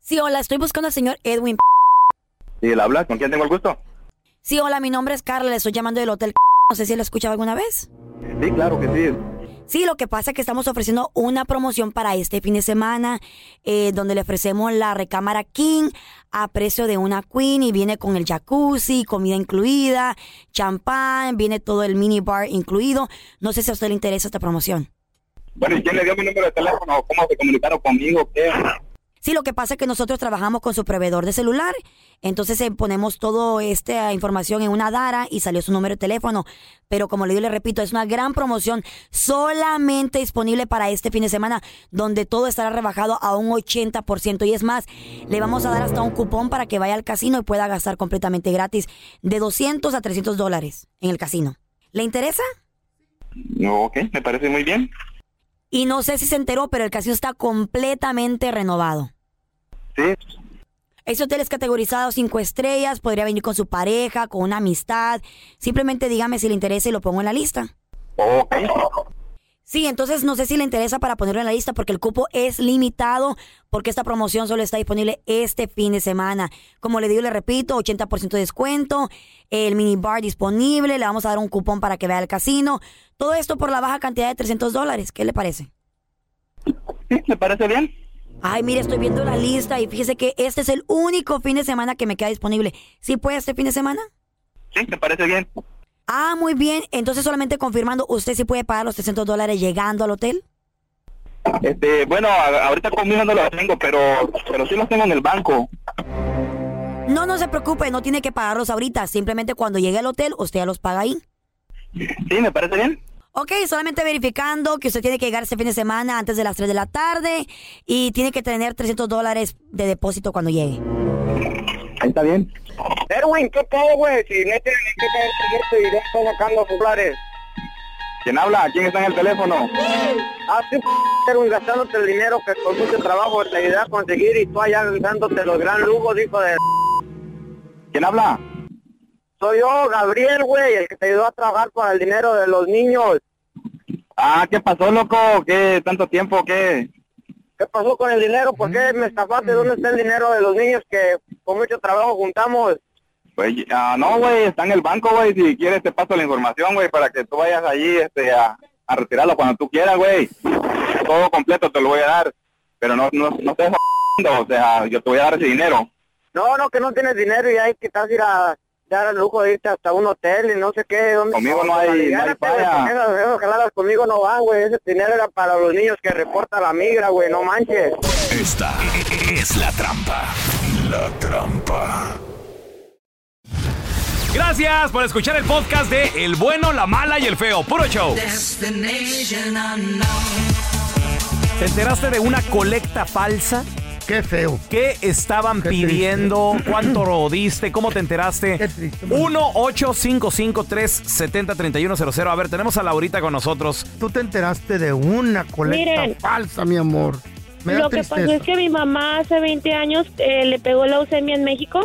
S3: Sí, hola, estoy buscando al señor Edwin.
S6: ¿y el habla? ¿Con quién tengo el gusto?
S3: Sí, hola, mi nombre es Carla, le estoy llamando del hotel. No sé si la escuchaba alguna vez.
S6: Sí, claro que sí.
S3: Sí, lo que pasa es que estamos ofreciendo una promoción para este fin de semana, eh, donde le ofrecemos la recámara King a precio de una Queen y viene con el jacuzzi, comida incluida, champán, viene todo el minibar incluido. No sé si a usted le interesa esta promoción.
S6: Bueno, ¿y quién le dio mi número de teléfono? ¿Cómo se comunicaron conmigo? ¿Qué?
S3: Sí, lo que pasa es que nosotros trabajamos con su proveedor de celular, entonces eh, ponemos toda esta información en una DARA y salió su número de teléfono. Pero como le digo, y le repito, es una gran promoción solamente disponible para este fin de semana, donde todo estará rebajado a un 80%. Y es más, le vamos a dar hasta un cupón para que vaya al casino y pueda gastar completamente gratis de 200 a 300 dólares en el casino. ¿Le interesa?
S6: No, ok, me parece muy bien.
S3: Y no sé si se enteró, pero el casino está completamente renovado.
S6: Sí,
S3: Ese hotel es categorizado cinco estrellas, podría venir con su pareja, con una amistad. Simplemente dígame si le interesa y lo pongo en la lista.
S6: ok.
S3: Sí, entonces no sé si le interesa para ponerlo en la lista porque el cupo es limitado porque esta promoción solo está disponible este fin de semana. Como le digo, y le repito, 80% de descuento, el minibar disponible, le vamos a dar un cupón para que vea el casino. Todo esto por la baja cantidad de 300 dólares. ¿Qué le parece?
S6: Sí, me parece bien.
S3: Ay, mire, estoy viendo la lista y fíjese que este es el único fin de semana que me queda disponible. ¿Sí puede este fin de semana?
S6: Sí, me parece bien.
S3: Ah, muy bien. Entonces, solamente confirmando, ¿usted sí puede pagar los 300 dólares llegando al hotel?
S6: Este, bueno, a- ahorita conmigo no lo tengo, pero, pero sí los tengo en el banco.
S3: No, no se preocupe, no tiene que pagarlos ahorita. Simplemente cuando llegue al hotel, usted ya los paga ahí.
S6: Sí, me parece bien.
S3: Ok, solamente verificando que usted tiene que llegar este fin de semana antes de las 3 de la tarde y tiene que tener 300 dólares de depósito cuando llegue.
S6: Ahí está bien.
S13: pues,
S5: Erwin, ¿qué todo, güey? Si no tienen que caer con esto y ya están sacando populares.
S14: ¿Quién habla? ¿Quién está en el teléfono?
S13: Ah, sí, un gastándote el dinero que con mucho trabajo te ayudé a conseguir y tú allá gastándote los gran lujos, hijo de...
S14: ¿Quién habla?
S13: Soy yo, Gabriel, güey, el que te ayudó a trabajar con el dinero de los niños.
S14: Ah, ¿qué pasó, loco? ¿Qué? ¿Tanto tiempo? ¿Qué?
S13: ¿Qué pasó con el dinero? ¿Por qué me estafaste? ¿Dónde está el dinero de los niños que con mucho trabajo juntamos?
S14: Pues, ah, no, güey, está en el banco, güey. Si quieres te paso la información, güey, para que tú vayas allí este, a, a retirarlo cuando tú quieras, güey. Todo completo te lo voy a dar. Pero no, no, no te o sea, yo te voy a dar ese dinero.
S13: No, no, que no tienes dinero y hay que estás ir a dar el lujo de irte hasta un hotel y no sé qué. ¿dónde
S14: Conmigo no hay- no hay
S13: Gánate, güey,
S14: falla.
S13: con esas- esas jaladas conmigo no va, güey. Ese dinero era para los niños que reporta la migra, güey, no manches.
S10: Esta es la trampa. La trampa.
S1: Gracias por escuchar el podcast de El bueno, la mala y el feo. Puro show.
S15: Destination unknown.
S1: ¿Te enteraste de una colecta falsa?
S4: Qué feo.
S1: ¿Qué estaban
S4: triste.
S1: pidiendo? ¿Cuánto rodiste? ¿Cómo te enteraste? 1-855-370-3100. A ver, tenemos a Laurita con nosotros.
S4: Tú te enteraste de una colecta
S16: Miren.
S4: falsa, mi amor. Me da
S16: Lo que
S4: tristeza.
S16: pasó es que mi mamá hace 20 años eh, le pegó la leucemia en México.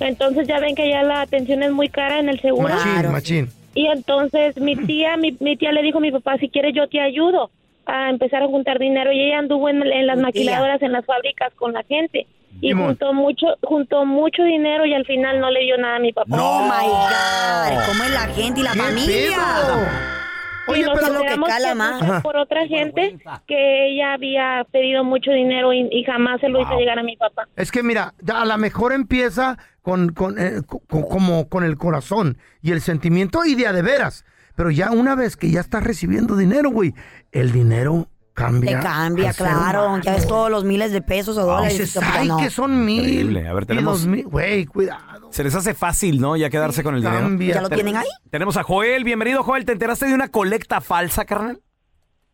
S16: Entonces ya ven que ya la atención es muy cara en el seguro.
S4: Machín, machín.
S16: Y entonces mi tía, mi, mi tía le dijo a mi papá, si quieres yo te ayudo a empezar a juntar dinero. Y ella anduvo en, en las
S17: Tu tía.
S16: maquiladoras, en las fábricas con la gente. Y
S17: Simón.
S16: juntó mucho, juntó mucho dinero y al final no le dio nada a mi papá.
S3: Oh my God. ¿Cómo es la gente y la
S16: ¡Qué
S3: familia?
S16: y nos
S3: pero lo que
S16: enteramos
S3: cala
S16: por
S3: más.
S16: otra-
S3: Ajá.
S16: por otra gente que ella había pedido mucho dinero y, y jamás se lo hizo llegar a mi papá.
S4: Es que mira, ya a lo mejor empieza con, con, eh, co- co- como con el corazón y el sentimiento y de a de veras. Pero ya una vez que ya estás recibiendo dinero, güey, el dinero cambia.
S3: Te cambia,
S4: al ser
S3: claro.
S4: humano.
S3: Ya ves todos los miles de pesos o dólares.
S4: dices,
S3: que, pues,
S4: "Ay,
S3: no".
S4: que son mil.
S1: Increíble. A ver,
S4: y
S1: tenemos-
S4: dos mil. Güey, cuidado.
S1: Se les hace fácil, ¿no? Ya quedarse con el
S4: cambia.
S1: dinero.
S4: ¿Ya lo
S1: Te-
S4: tienen ahí?
S1: Tenemos a Joel. Bienvenido, Joel. ¿Te enteraste de una colecta falsa, carnal?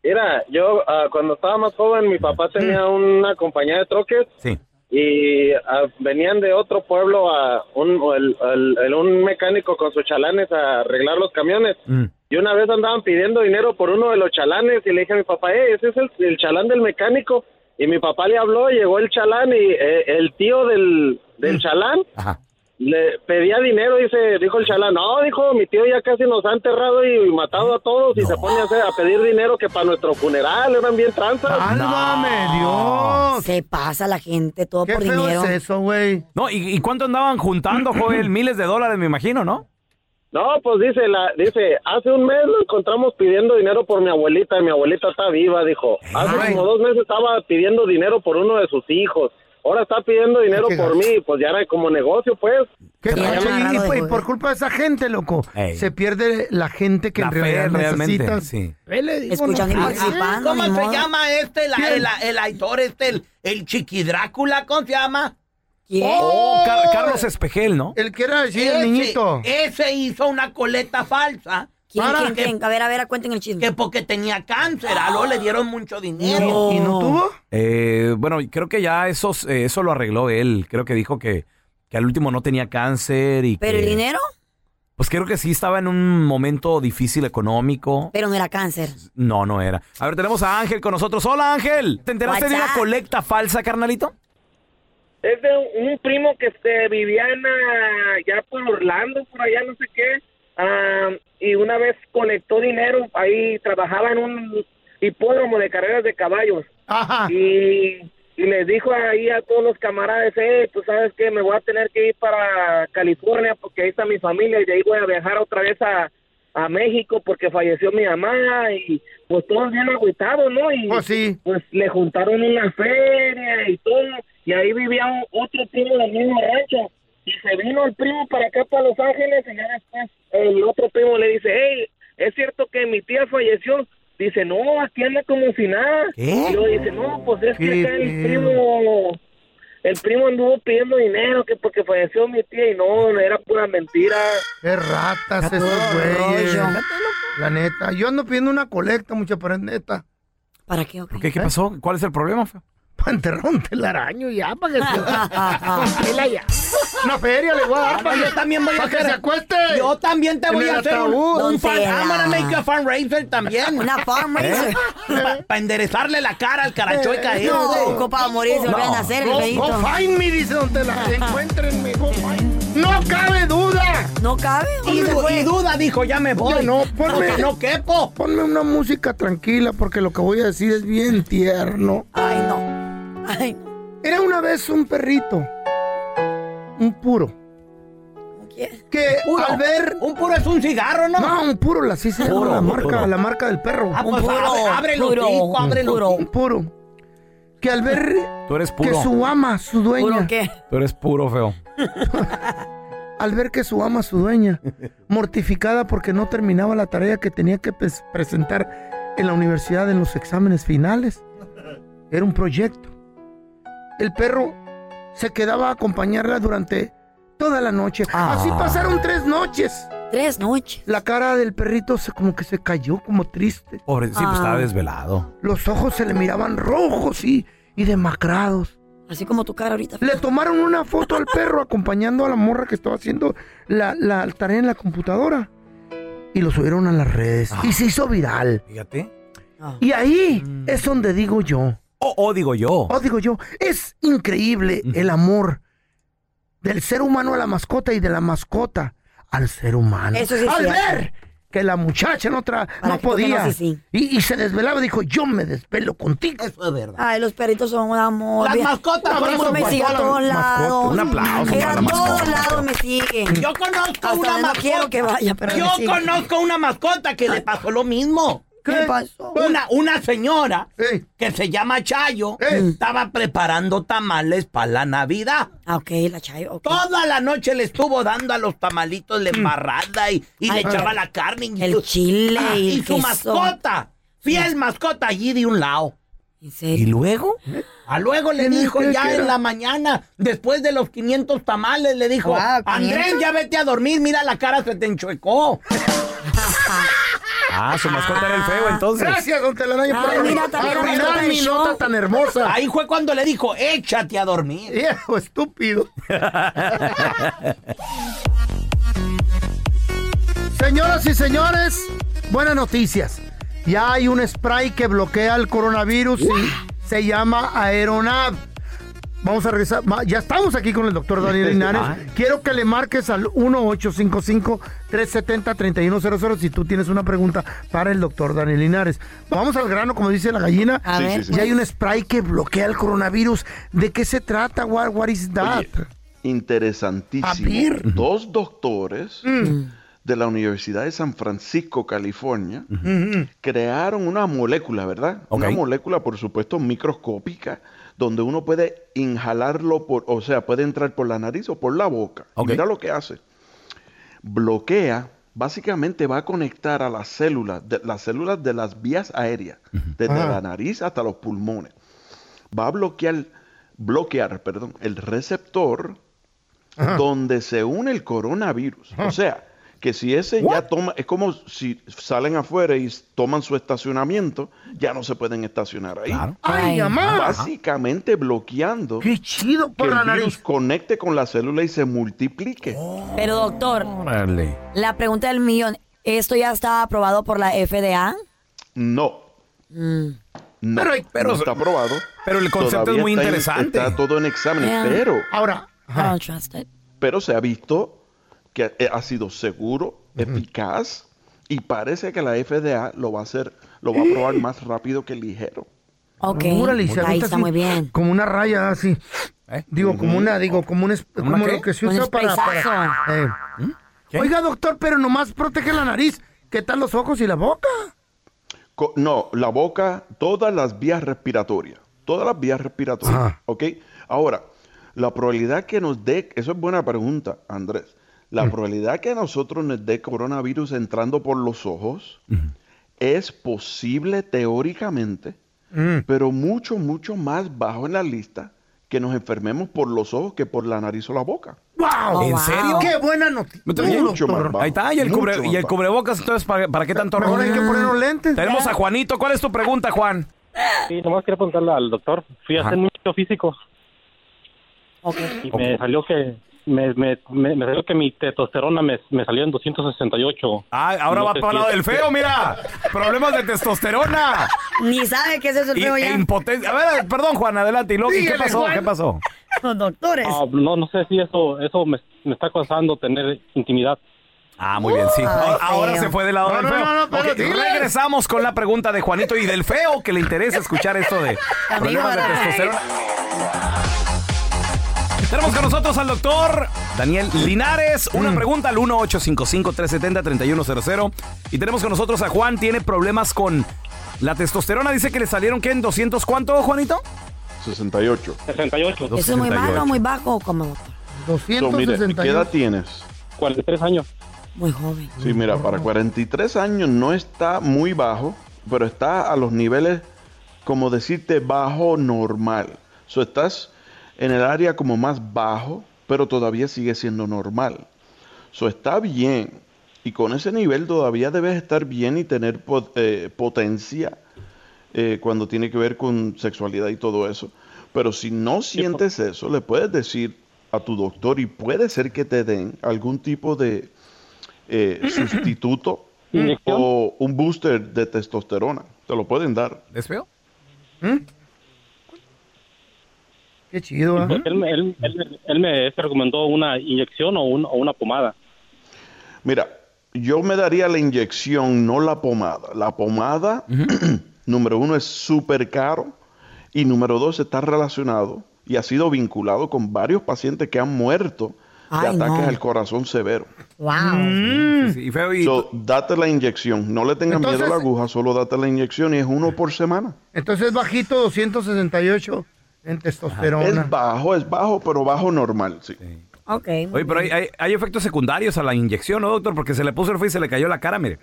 S6: Mira, yo ah, cuando estaba más joven, mi papá tenía una compañía de troques
S1: Sí.
S6: y ah, venían de otro pueblo a un, o el- el- el- un mecánico con sus chalanes a arreglar los camiones. Y una vez andaban pidiendo dinero por uno de los chalanes y le dije a mi papá, "Ey, ese es el, el chalán del mecánico. Y mi papá le habló, llegó el chalán y eh, el tío del, del chalán le pedía dinero, dice, dijo el chalán, no, dijo, mi tío ya casi nos ha enterrado y matado a todos y se pone a, hacer- a pedir dinero que para nuestro funeral, eran bien tranzas.
S4: Ah,
S3: Dios! Se pasa la gente todo por
S4: feo
S3: dinero.
S4: es eso, güey?
S1: No, ¿y, y cuánto andaban juntando, Joel? Miles de dólares, me imagino, ¿no?
S6: No, pues dice, la, dice, hace un mes lo encontramos pidiendo dinero por mi abuelita, mi abuelita está viva, dijo. Hace como dos meses estaba pidiendo dinero por uno de sus hijos. Ahora está pidiendo dinero
S4: Qué
S6: por
S4: gacho.
S6: mí, pues ya era como negocio, pues.
S4: ¿Qué gacho, y- y, y por culpa de esa gente, loco, se pierde la gente que
S1: La
S4: en
S1: fe,
S4: realidad
S1: realmente,
S4: necesitas.
S1: sí.
S3: Escuchan y
S12: Ah,
S3: participando,
S12: ¿Cómo
S3: ni
S12: se
S3: modo.
S12: llama este? La-
S3: ¿Quién?
S12: el, el actor este, el, el chiquidrácula, ¿cómo se llama?
S1: Oh, Car- Carlos Espejel, ¿no?
S4: El que era así,
S12: Ese- Ese hizo una coleta falsa.
S3: ¿Quién,
S12: Para
S3: quién,
S12: que-
S3: quién? A ver, a ver, cuenten el chisme.
S12: Que porque tenía cáncer, a lo le dieron mucho dinero.
S1: Eh, bueno, y creo que ya esos, eh, eso lo arregló él. Creo que dijo que, que al último no tenía cáncer y
S3: ¿Pero el
S1: que-
S3: dinero?
S1: Pues creo que sí estaba en un momento difícil económico.
S3: Pero no era cáncer.
S1: No, no era. A ver, tenemos a Ángel con nosotros. Hola, Ángel. ¿Te enteraste de una
S7: What's up?
S1: colecta falsa, carnalito?
S7: Es de un, un primo que este, vivía en, ah, ya por Orlando, por allá, no sé qué. ah, y una vez conectó dinero, ahí trabajaba en un hipódromo de carreras de caballos. Y, y les dijo ahí a todos los camaradas, eh, tú sabes que me voy a tener que ir para California porque ahí está mi familia y de ahí voy a viajar otra vez a, a México porque falleció mi mamá y pues todos bien agüitados, ¿no? Y pues, le juntaron una feria y todo y ahí vivía un- otro primo del mismo rancho y se vino el primo para acá para Los Ángeles y ya después el otro primo le dice, hey, es cierto que mi tía falleció. Dice, no, aquí anda como si nada.
S18: ¿Qué?
S7: Y yo dice, no, pues es que
S18: Qué
S7: acá el
S18: feo.
S7: primo, el primo anduvo pidiendo dinero que porque falleció mi tía y no, no, era pura mentira.
S4: Qué ratas esos güeyes. La neta. Yo ando pidiendo una colecta, mucha, pero es neta. ¿Eh?
S3: ¿Para qué?
S1: ¿Por qué? ¿Qué pasó? ¿Cuál es el problema?
S4: para enterrar un telaraño ya, para que se... con tela ya. Una feria le voy a dar para
S12: yo también voy a
S4: para que
S12: hacer-
S4: se acueste.
S12: Yo también te
S4: En
S12: voy
S4: el
S12: a hacer un,
S4: ataúd.
S12: un fan.
S4: Don
S12: I'm gonna
S4: Tela.
S12: make you a fundraiser también.
S3: Una fundraiser.
S12: Para enderezarle la cara al carachoica.
S3: Eh, no, ocupa a morir, se volvió a nacer el
S4: Go-
S3: feíto.
S4: Go find me, dice Don Tela. Encuéntrenme, go find ¡No cabe duda!
S3: ¿No cabe?
S12: Y, du- y duda dijo, ya me voy.
S4: Ya no, ponme-
S12: Porque no quepo.
S4: Ponme una música tranquila porque lo que voy a decir es bien tierno.
S3: Ay, no. Ay,
S4: Era una vez un perrito, un puro, que
S12: Puro.
S4: al ver...
S12: Un puro es un cigarro, ¿no?
S4: No, un puro, así se llama
S12: Puro,
S4: la marca,
S12: puro.
S4: la marca del perro.
S12: Ah,
S4: un
S12: pues abre- abre el hocico, abre el
S4: puro.
S12: hocico.
S4: Un puro. Que al ver
S1: Tú eres
S4: que
S1: puro.
S4: su ama, su dueña...
S3: ¿Puro qué?
S1: Tú eres puro feo.
S4: al ver que su ama, su dueña, mortificada porque no terminaba la tarea que tenía que pres- presentar en la universidad en los exámenes finales. Era un proyecto. El perro se quedaba a acompañarla durante toda la noche. Así
S1: Ah.
S4: pasaron tres noches.
S3: Tres noches.
S4: La cara del perrito se, como que se cayó, como triste.
S1: Pobre, sí, pues estaba
S3: Ah.
S1: desvelado.
S4: Los ojos se le miraban rojos y, y demacrados.
S3: Así como tu cara ahorita.
S4: Le tomaron una foto al perro acompañando a la morra que estaba haciendo la, la tarea en la computadora. Y lo subieron a las redes. Y se hizo viral.
S1: Fíjate.
S3: Ah.
S4: Y ahí es donde digo yo,
S1: O, o digo yo.
S4: o Oh, digo yo, es increíble el amor del ser humano a la mascota y de la mascota al ser humano.
S3: Eso sí es
S4: al
S3: cierto.
S4: ver que la muchacha no, tra- no
S3: que tú
S4: podía.
S3: conoces, sí.
S4: Y, y se desvelaba, dijo, yo me desvelo contigo.
S12: Eso es verdad.
S3: Ay, los perritos son un amor.
S12: Las
S3: Mira,
S12: mascotas,
S3: mi
S12: abrazo
S3: amor me
S12: para
S3: sigue a
S12: todas las
S3: todos lados.
S1: Un aplauso
S3: Que
S1: para
S3: a
S1: la
S3: todos
S1: mascota.
S3: lados me siguen.
S12: Yo conozco
S3: Hasta
S12: una
S3: donde no
S12: mascota.
S3: quiero que vaya, pero
S12: Yo
S3: me sigue.
S12: conozco una mascota que le pasó lo mismo. ¿Eh?
S3: ¿Qué pasó?
S12: Una, una señora
S4: Ey.
S12: que se llama Chayo
S4: Ey.
S12: estaba preparando tamales para la Navidad.
S3: Ah, ok, la chayo. ok. Mm.
S12: Toda la noche le estuvo dando a los tamalitos la embarrada y, y le
S3: Ay,
S12: echaba
S3: ay.
S12: la carne. Y
S3: El
S12: su-
S3: chile
S12: Ah,
S3: y el
S12: su
S3: queso.
S12: mascota, fiel mascota allí de un lado.
S3: ¿En
S1: ¿Y
S3: serio?
S1: luego?
S12: A luego le
S4: ¿Eh? ¿Quién es
S12: dijo
S4: que
S12: ya
S4: quiera?
S12: en la mañana, después de los 500 tamales, le dijo,
S3: Ah,
S12: Andrés,
S3: 500.
S12: ya vete a dormir, mira la cara se te enchuecó.
S1: Ah, su mascota era el feo entonces.
S4: Gracias, don Telaraño,
S3: Ay,
S4: por
S3: mira, también
S4: arruinar
S3: arruinaste
S4: mi
S3: el
S4: nota
S3: show.
S4: tan hermosa.
S12: Ahí fue cuando le dijo, échate a dormir.
S4: Viejo, estúpido. Señoras y señores, buenas noticias. Ya hay un spray que bloquea el coronavirus y se llama Aeronav. Vamos a regresar. Ma- Ya estamos aquí con el doctor Daniel Linares.
S1: Ah.
S4: Quiero que le marques al 1855-370-3100 si tú tienes una pregunta para el doctor Daniel Linares. Vamos al grano, como dice la gallina.
S3: A Sí, ver. sí, sí.
S4: Ya hay un spray que bloquea el coronavirus. ¿De qué se trata? What, what is that?
S17: Interesantísimo.
S4: A ver. Mm.
S17: Dos doctores de la Universidad de San Francisco, California, crearon una molécula, ¿verdad? Una
S1: Ok.
S17: molécula, por supuesto, microscópica, donde uno puede inhalarlo, por, o sea, puede entrar por la nariz o por la boca. Y
S1: Ok.
S17: Mira lo que hace. Bloquea, básicamente va a conectar a las células, de, las células de las vías aéreas, desde
S4: Ah.
S17: la nariz hasta los pulmones. Va a bloquear, bloquear, perdón, el receptor donde se une el coronavirus. O sea, que si ese ya toma, es como si salen afuera y s- toman su estacionamiento, ya no se pueden estacionar ahí.
S1: Claro.
S4: ¡Ay, mamá!
S17: Básicamente bloqueando
S4: ¡Qué chido
S17: que
S4: por la
S17: el
S4: nariz!
S17: virus conecte con la célula y se multiplique.
S3: Pero doctor,
S1: Órale.
S3: la pregunta del millón. ¿Esto ya está aprobado por la FDA?
S17: No.
S4: Mm.
S17: No,
S1: Pero hay- pero-
S17: no está aprobado.
S1: pero el concepto
S17: Todavía
S1: es muy
S17: está en-
S1: interesante.
S17: está todo en examen,
S3: Yeah.
S17: pero,
S4: Ahora,
S3: I don't trust it.
S17: pero se ha visto que ha, eh, ha sido seguro, eficaz, y parece que la FDA lo va a hacer, lo va a aprobar más rápido que ligero.
S3: Ok.
S4: Órale, y se
S3: Ahí
S4: avienta
S3: está
S4: así,
S3: muy bien.
S4: Como una raya así.
S1: ¿Eh?
S4: Digo, como una, digo, como un es-
S1: ¿Como una
S4: como
S1: qué? ¿Mm?
S4: lo que se
S3: Un
S4: usa para. para-
S3: sprayzazo.
S4: eh.
S1: ¿Qué?
S4: Oiga, doctor, pero nomás protege la nariz. ¿Qué tal los ojos y la boca?
S17: Co- no, la boca, todas las vías respiratorias. Todas las vías respiratorias.
S4: Ajá.
S17: ¿Ok? Ahora, la probabilidad que nos dé, eso es buena pregunta, Andrés. La probabilidad que a nosotros nos dé coronavirus entrando por los ojos es posible teóricamente, pero mucho, mucho más bajo en la lista que nos enfermemos por los ojos que por la nariz o la boca.
S4: ¡Wow!
S12: Oh,
S1: ¿En
S3: wow.
S1: serio?
S4: ¡Qué buena noticia!
S1: No te oye.
S17: Mucho más bajo.
S1: Ahí está, y el,
S17: Mucho
S1: cubre,
S17: más
S1: y el
S17: bajo.
S1: cubrebocas, entonces, ¿para, para qué tanto
S4: Mejor hay que
S1: rollo?
S4: poner los lentes.
S1: Tenemos a Juanito. ¿Cuál es tu pregunta, Juan?
S5: Sí, nomás quería preguntarle al doctor. Fui a
S1: Ajá.
S5: hacer mis
S18: físico. Y me salió que me, me, me, me salió que mi testosterona me, me salió en 268.
S1: Ah, Ahora va para el lado del feo, mira. Problemas de testosterona.
S3: Ni sabe qué es eso el
S1: Y-
S3: feo
S1: e
S3: ya.
S1: impotencia. A ver, perdón, Juan, adelante. ¿Y luego, ¿y qué
S3: Dígale,
S1: pasó?
S3: Juan.
S1: ¿Qué pasó?
S3: Los doctores.
S18: no, no sé si eso eso me, me está causando tener intimidad.
S1: Ah, muy bien, sí. Ahora- Ahora se fue del lado
S18: No,
S1: del
S18: no,
S1: feo.
S18: no, no,
S1: Ok,
S18: pero dile.
S1: regresamos con la pregunta de Juanito y del feo que le interesa escuchar esto de problemas de
S15: ahora-
S1: testosterona. Tenemos con nosotros al doctor Daniel Linares. Una pregunta al 1-855-370-3100. Y tenemos con nosotros a Juan. Tiene problemas con la testosterona. Dice que le salieron, ¿qué? ¿En 200 cuánto, Juanito?
S17: 68.
S18: 68.
S3: ¿Eso es muy malo, muy bajo o cómo?
S17: So, mire, ¿Qué edad tienes?
S18: 43 años.
S3: Muy joven.
S17: Sí, mira, para 43 años no está muy bajo, pero está a los niveles, como decirte, bajo normal. So, estás en el área como más bajo, pero todavía sigue siendo normal. So, está bien. Y con ese nivel todavía debes estar bien y tener pot- eh, potencia eh, cuando tiene que ver con sexualidad y todo eso. Pero si no sientes eso, le puedes decir a tu doctor y puede ser que te den algún tipo de eh, sustituto o un booster de testosterona. Te lo pueden dar.
S1: ¿Es feo?
S4: Qué chido, ¿eh?
S18: Pues él, me- él- él- él me este, recomendó una inyección o, un- o una pomada.
S17: Mira, yo me daría la inyección, no la pomada. La pomada, número uno, es súper caro y número dos, está relacionado y ha sido vinculado con varios pacientes que han muerto de
S3: Ay,
S17: ataques
S3: no. Ah,
S17: al corazón severo.
S3: Wow.
S17: So, date la inyección, no le tengas miedo a la
S4: Mm. Entonces-
S17: aguja, solo date la inyección y es uno por semana.
S4: Entonces bajito 268 en testosterona.
S17: Es bajo, es bajo, pero bajo normal, sí.
S3: Ok.
S1: Oye, pero hay, hay- hay efectos secundarios a la inyección, ¿no, doctor? Porque se le puso el feo y se le cayó la cara, mire.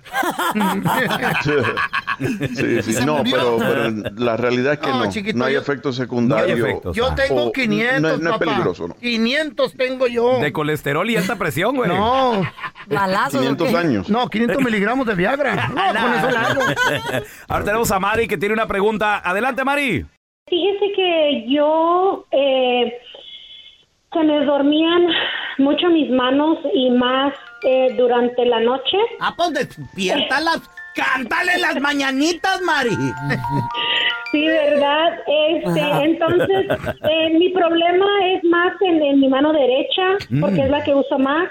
S17: Sí, sí, no, pero, pero la realidad es que
S4: No,
S17: no,
S4: chiquito,
S17: no hay
S4: yo-
S17: efectos secundarios.
S1: No hay efectos,
S4: Yo
S1: ah.
S4: tengo
S17: O-
S4: 500,
S17: no, es- no es
S4: papá.
S17: peligroso, ¿no?
S4: 500 tengo yo.
S1: De colesterol y alta presión, güey.
S4: No.
S1: Balazos, ¿o 500 qué? años.
S4: No, 500 miligramos de Viagra. No, con eso la hago.
S1: Ahora tenemos a Mari que tiene una pregunta. Adelante, Mari.
S19: Fíjese que yo eh, se me dormían mucho mis manos y más eh, durante la noche.
S12: Ah, pues despiértalas. Cántale las mañanitas, Mari.
S19: Sí, ¿verdad? Este,
S12: Ajá.
S19: entonces, eh, mi problema es más en, en mi mano derecha,
S20: Mm.
S19: porque es la que uso más,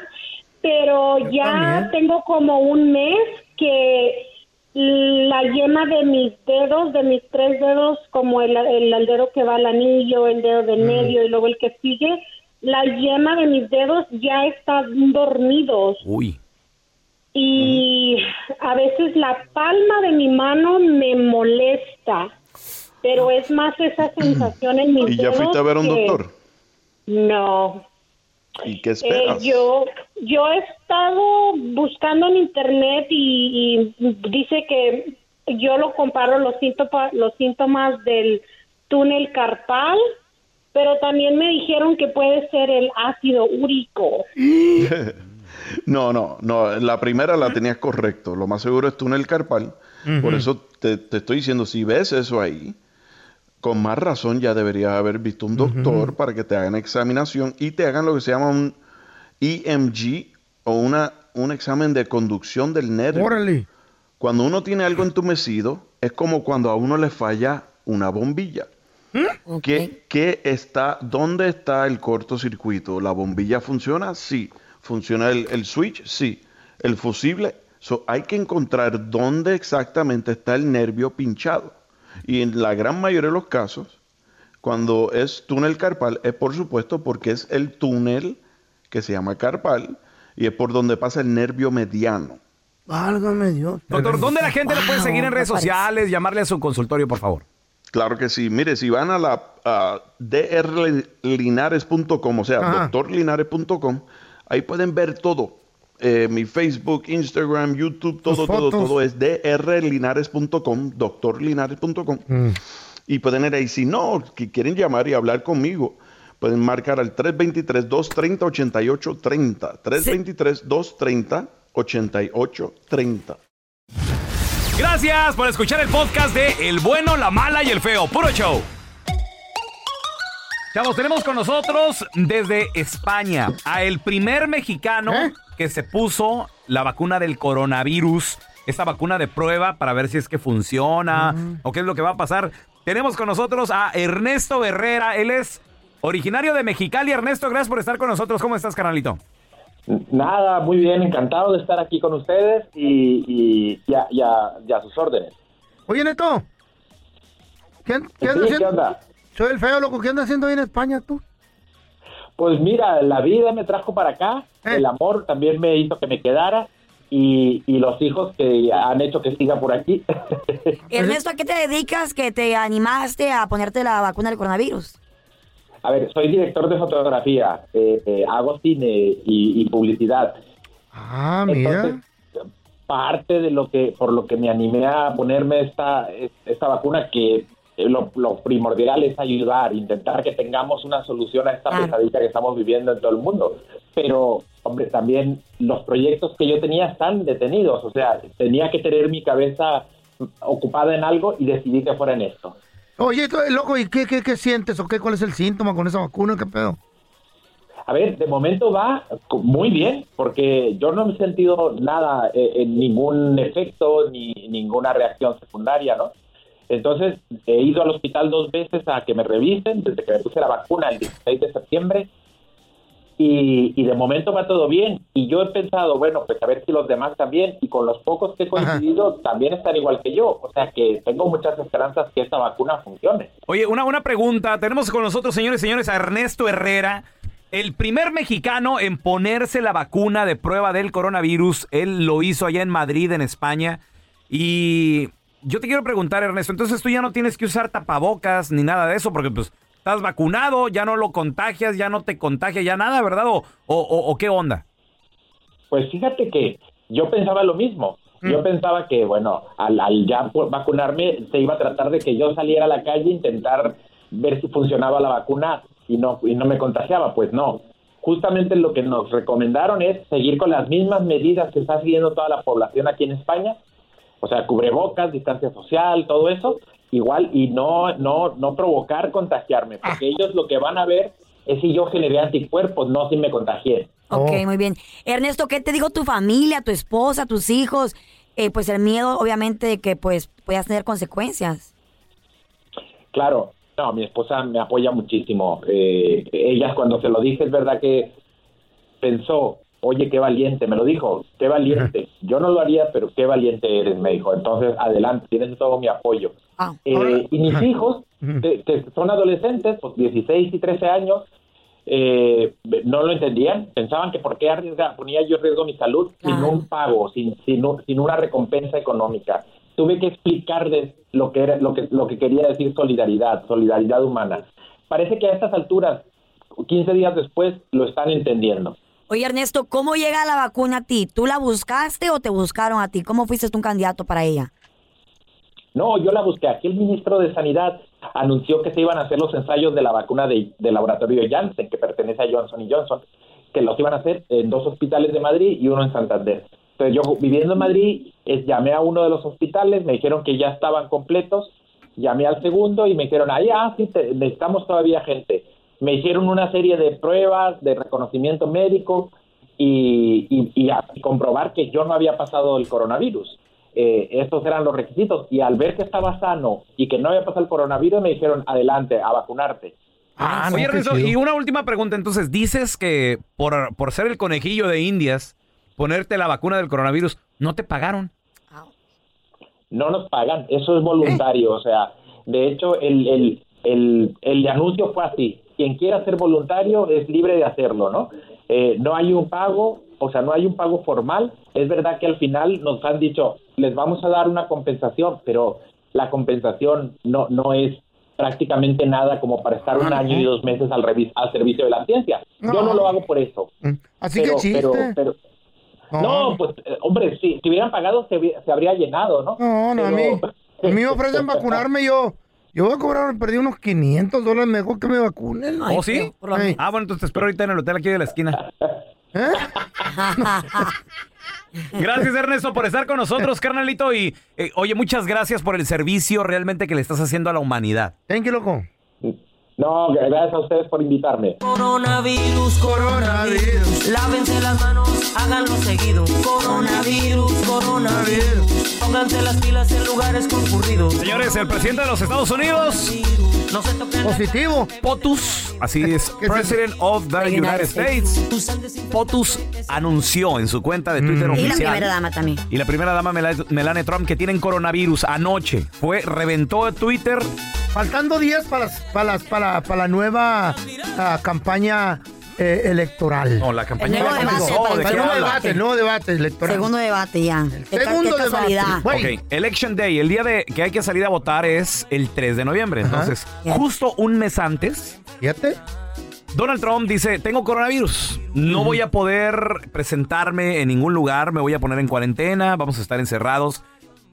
S19: pero ya
S20: también.
S19: tengo como un mes que la yema de mis dedos, de mis tres dedos, como el, el, el dedo que va al anillo, el dedo
S17: Mm.
S19: del medio y luego el que sigue, la yema de mis dedos ya están dormidos
S1: Uy.
S19: y a veces la palma de mi mano me molesta, pero es más esa sensación en mi
S17: ¿Y ya fuiste a ver a un doctor?
S19: No.
S17: ¿Y qué
S19: Eh,
S17: esperas?
S19: yo, yo he estado buscando en internet y, y dice que yo lo comparo los, síntopa- los síntomas del túnel carpal, pero también me dijeron que puede ser el ácido úrico.
S17: no, no, no. La primera
S19: ¿Ah?
S17: la tenías correcto. Lo más seguro es túnel carpal. Por
S21: Ujú.
S17: eso te, te estoy diciendo, si ves eso ahí, con más razón ya deberías haber visto un doctor para que te hagan examinación y te hagan lo que se llama un EMG o una, un examen de conducción del nervio.
S4: Órale.
S17: Cuando uno tiene algo entumecido, es como cuando a uno le falla una bombilla. ¿Qué, qué está, ¿Dónde está el cortocircuito? ¿La bombilla funciona? Sí. ¿Funciona el, el switch? Sí. ¿El fusible? So, hay que encontrar dónde exactamente está el nervio pinchado. Y en la gran mayoría de los casos, cuando es túnel carpal, es por supuesto porque es el túnel que se llama carpal y es por donde pasa el nervio mediano.
S4: Válgame Dios.
S1: Doctor, ¿dónde la gente le puede seguir en redes sociales? Llamarle a su consultorio, por favor.
S17: Claro que sí. Mire, si van a la a drlinares.com, o sea,
S1: Ajá.
S17: doctorlinares.com, ahí pueden ver todo. Eh, mi Facebook, Instagram, YouTube, todo, todo,
S4: fotos.
S17: todo es drlinares.com, doctorlinares.com.
S1: Mm.
S17: Y pueden ir ahí. Si no, que quieren llamar y hablar conmigo, pueden marcar al 323-230-8830. 323-230-8830.
S1: Gracias por escuchar el podcast de El Bueno, la Mala y el Feo. Puro show. Chavos, tenemos con nosotros desde España a el primer mexicano que se puso la vacuna del coronavirus. Esta vacuna de prueba para ver si es que funciona o qué es lo que va a pasar. Tenemos con nosotros a Ernesto Herrera. Él es originario de Mexicali. Ernesto, gracias por estar con nosotros. ¿Cómo estás, carnalito?
S20: Nada, muy bien, encantado de estar aquí con ustedes y, y, y a, y a- y a sus órdenes.
S4: Oye, Neto. ¿Qué, an- qué andas
S20: Sí, ¿qué
S4: haciendo?
S20: onda?
S4: Soy el feo, loco. ¿Qué andas haciendo ahí en España tú?
S20: Pues mira, la vida me trajo para acá,
S4: Eh.
S20: el amor también me hizo que me quedara y, y los hijos que han hecho que siga por aquí.
S3: Ernesto, ¿a qué te dedicas que te animaste a ponerte la vacuna del coronavirus?
S20: A ver, soy director de fotografía, eh, eh, hago cine y, y publicidad.
S4: Ah,
S20: mira. parte de lo que, por lo que me animé a ponerme esta, esta vacuna, que eh, lo, lo primordial es ayudar, intentar que tengamos una solución a esta pesadilla que estamos viviendo en todo el mundo. Pero, hombre, también los proyectos que yo tenía están detenidos, o sea, tenía que tener mi cabeza ocupada en algo y decidí que fuera en esto.
S4: Oye, tú, eh, loco, ¿y qué, qué, qué sientes o qué? ¿Cuál es el síntoma con esa vacuna? ¿Qué pedo?
S20: A ver, de momento va co- muy bien, porque yo no he sentido nada, eh, en ningún efecto ni ninguna reacción secundaria, ¿no? Entonces, he ido al hospital dos veces a que me revisen, desde que me puse la vacuna el 16 de septiembre, y, y de momento va todo bien. Y yo he pensado, bueno, pues a ver si los demás también, y con los pocos que he coincidido, también están igual que yo. O sea que tengo muchas esperanzas que esta vacuna funcione.
S1: Oye, una, una pregunta. Tenemos con nosotros, señores y señores, a Ernesto Herrera, el primer mexicano en ponerse la vacuna de prueba del coronavirus. Él lo hizo allá en Madrid, en España. Y yo te quiero preguntar, Ernesto, entonces tú ya no tienes que usar tapabocas ni nada de eso, porque pues estás vacunado, ya no lo contagias, ya no te contagia, ya nada, ¿verdad? ¿O, o, o- o qué onda?
S20: Pues fíjate que yo pensaba lo mismo. Yo pensaba que, bueno, al, al ya pu- vacunarme, se iba a tratar de que yo saliera a la calle e intentar ver si funcionaba la vacuna y no, y no me contagiaba. Pues no. Justamente lo que nos recomendaron es seguir con las mismas medidas que está siguiendo toda la población aquí en España. O sea, cubrebocas, distancia social, todo eso. Igual, y no, no, no provocar contagiarme, porque ellos lo que van a ver es si yo generé anticuerpos, no si me contagié.
S3: Ok, muy bien. Ernesto, ¿qué te dijo tu familia, tu esposa, tus hijos? Eh, pues el miedo, obviamente, de que pues puedas tener consecuencias.
S20: Claro, no, mi esposa me apoya muchísimo. Eh, ella cuando se lo dije es verdad que pensó, oye, qué valiente, me lo dijo, qué valiente. Yo no lo haría, pero qué valiente eres, me dijo. Entonces, adelante, tienes todo mi apoyo. Eh, y mis hijos, que, que son adolescentes, pues 16 y 13 años, eh, no lo entendían, pensaban que por qué arriesga- ponía yo en riesgo mi salud sin un pago, sin, sin, un- sin una recompensa económica. Tuve que explicarles lo que, era, lo, que, lo que quería decir solidaridad, solidaridad humana. Parece que a estas alturas, 15 días después, lo están entendiendo.
S3: Oye, Ernesto, ¿cómo llega la vacuna a ti? ¿Tú la buscaste o te buscaron a ti? ¿Cómo fuiste tú un candidato para ella?
S20: No, yo la busqué. Aquí el ministro de Sanidad anunció que se iban a hacer los ensayos de la vacuna de- del laboratorio Janssen, que pertenece a Johnson Johnson, que los iban a hacer en dos hospitales de Madrid y uno en Santander. Entonces yo viviendo en Madrid, es- llamé a uno de los hospitales, me dijeron que ya estaban completos, llamé al segundo y me dijeron, ahí, ah, sí, te- necesitamos todavía gente. Me hicieron una serie de pruebas, de reconocimiento médico y, y- y a- y comprobar que yo no había pasado el coronavirus. Eh, estos eran los requisitos y al ver que estaba sano y que no había pasado el coronavirus me dijeron, adelante, a vacunarte.
S1: Oye,
S20: Ah, qué
S1: Ernesto,
S20: chido.
S1: y una última pregunta. Entonces, dices que por, por ser el conejillo de Indias, ponerte la vacuna del coronavirus, no te pagaron.
S20: no nos pagan, eso es voluntario, o sea, de hecho el, el, el, el anuncio fue así, quien quiera ser voluntario es libre de hacerlo, ¿no? Eh, no hay un pago, o sea, no hay un pago formal, es verdad que al final nos han dicho, les vamos a dar una compensación, pero la compensación no, no es prácticamente nada como para estar un año y dos meses al, revi- al servicio de la ciencia. Yo no lo hago por eso.
S4: Así que chiste.
S20: pero, pero- no, pues, eh, hombre, si, si hubieran pagado se, hubi- se habría llenado, ¿no?
S4: No, no, a mí. A mí me ofrecen vacunarme yo. Yo voy a cobrar, perdí unos 500 dólares, mejor que me
S3: Pues
S4: vacunen.
S1: ¿Oh, sí?
S4: Ey.
S1: Ah, bueno, entonces te espero ahorita en el hotel aquí de la esquina.
S4: ¿eh?
S1: Gracias, Ernesto, por estar con nosotros, carnalito. Y eh, oye, muchas gracias por el servicio realmente que le estás haciendo a la humanidad.
S4: Thank you, loco.
S20: No, gracias a ustedes por invitarme.
S15: Coronavirus, coronavirus. Lávense las manos, háganlo seguido. Coronavirus, coronavirus. Pónganse las pilas en lugares concurridos.
S1: Señores, el presidente de los Estados Unidos.
S4: Positivo.
S1: POTUS. Así es. President of the
S3: United
S1: United States. POTUS anunció en su cuenta de
S4: Mm.
S1: Twitter
S3: Y la
S1: oficial.
S3: primera dama también.
S1: y la primera dama Mela- Melania Trump que tienen coronavirus anoche. Fue, reventó Twitter.
S4: Faltando días para, las- para, las- para, para la nueva ah, campaña eh, electoral.
S1: No, la campaña
S3: El nuevo
S1: ya
S3: debate,
S1: comenzó.
S3: para el
S1: ¿De qué
S4: segundo
S1: habla?
S4: debate, el nuevo debate electoral.
S3: Segundo debate ya. Qué ca-
S4: Segundo
S3: qué
S4: debate.
S3: casualidad.
S1: Ok, Election Day, el día de que hay que salir a votar es el 3 de noviembre. Entonces, justo un mes antes.
S4: Fíjate.
S1: Donald Trump dice, tengo coronavirus, no voy a poder presentarme en ningún lugar, me voy a poner en cuarentena, vamos a estar encerrados.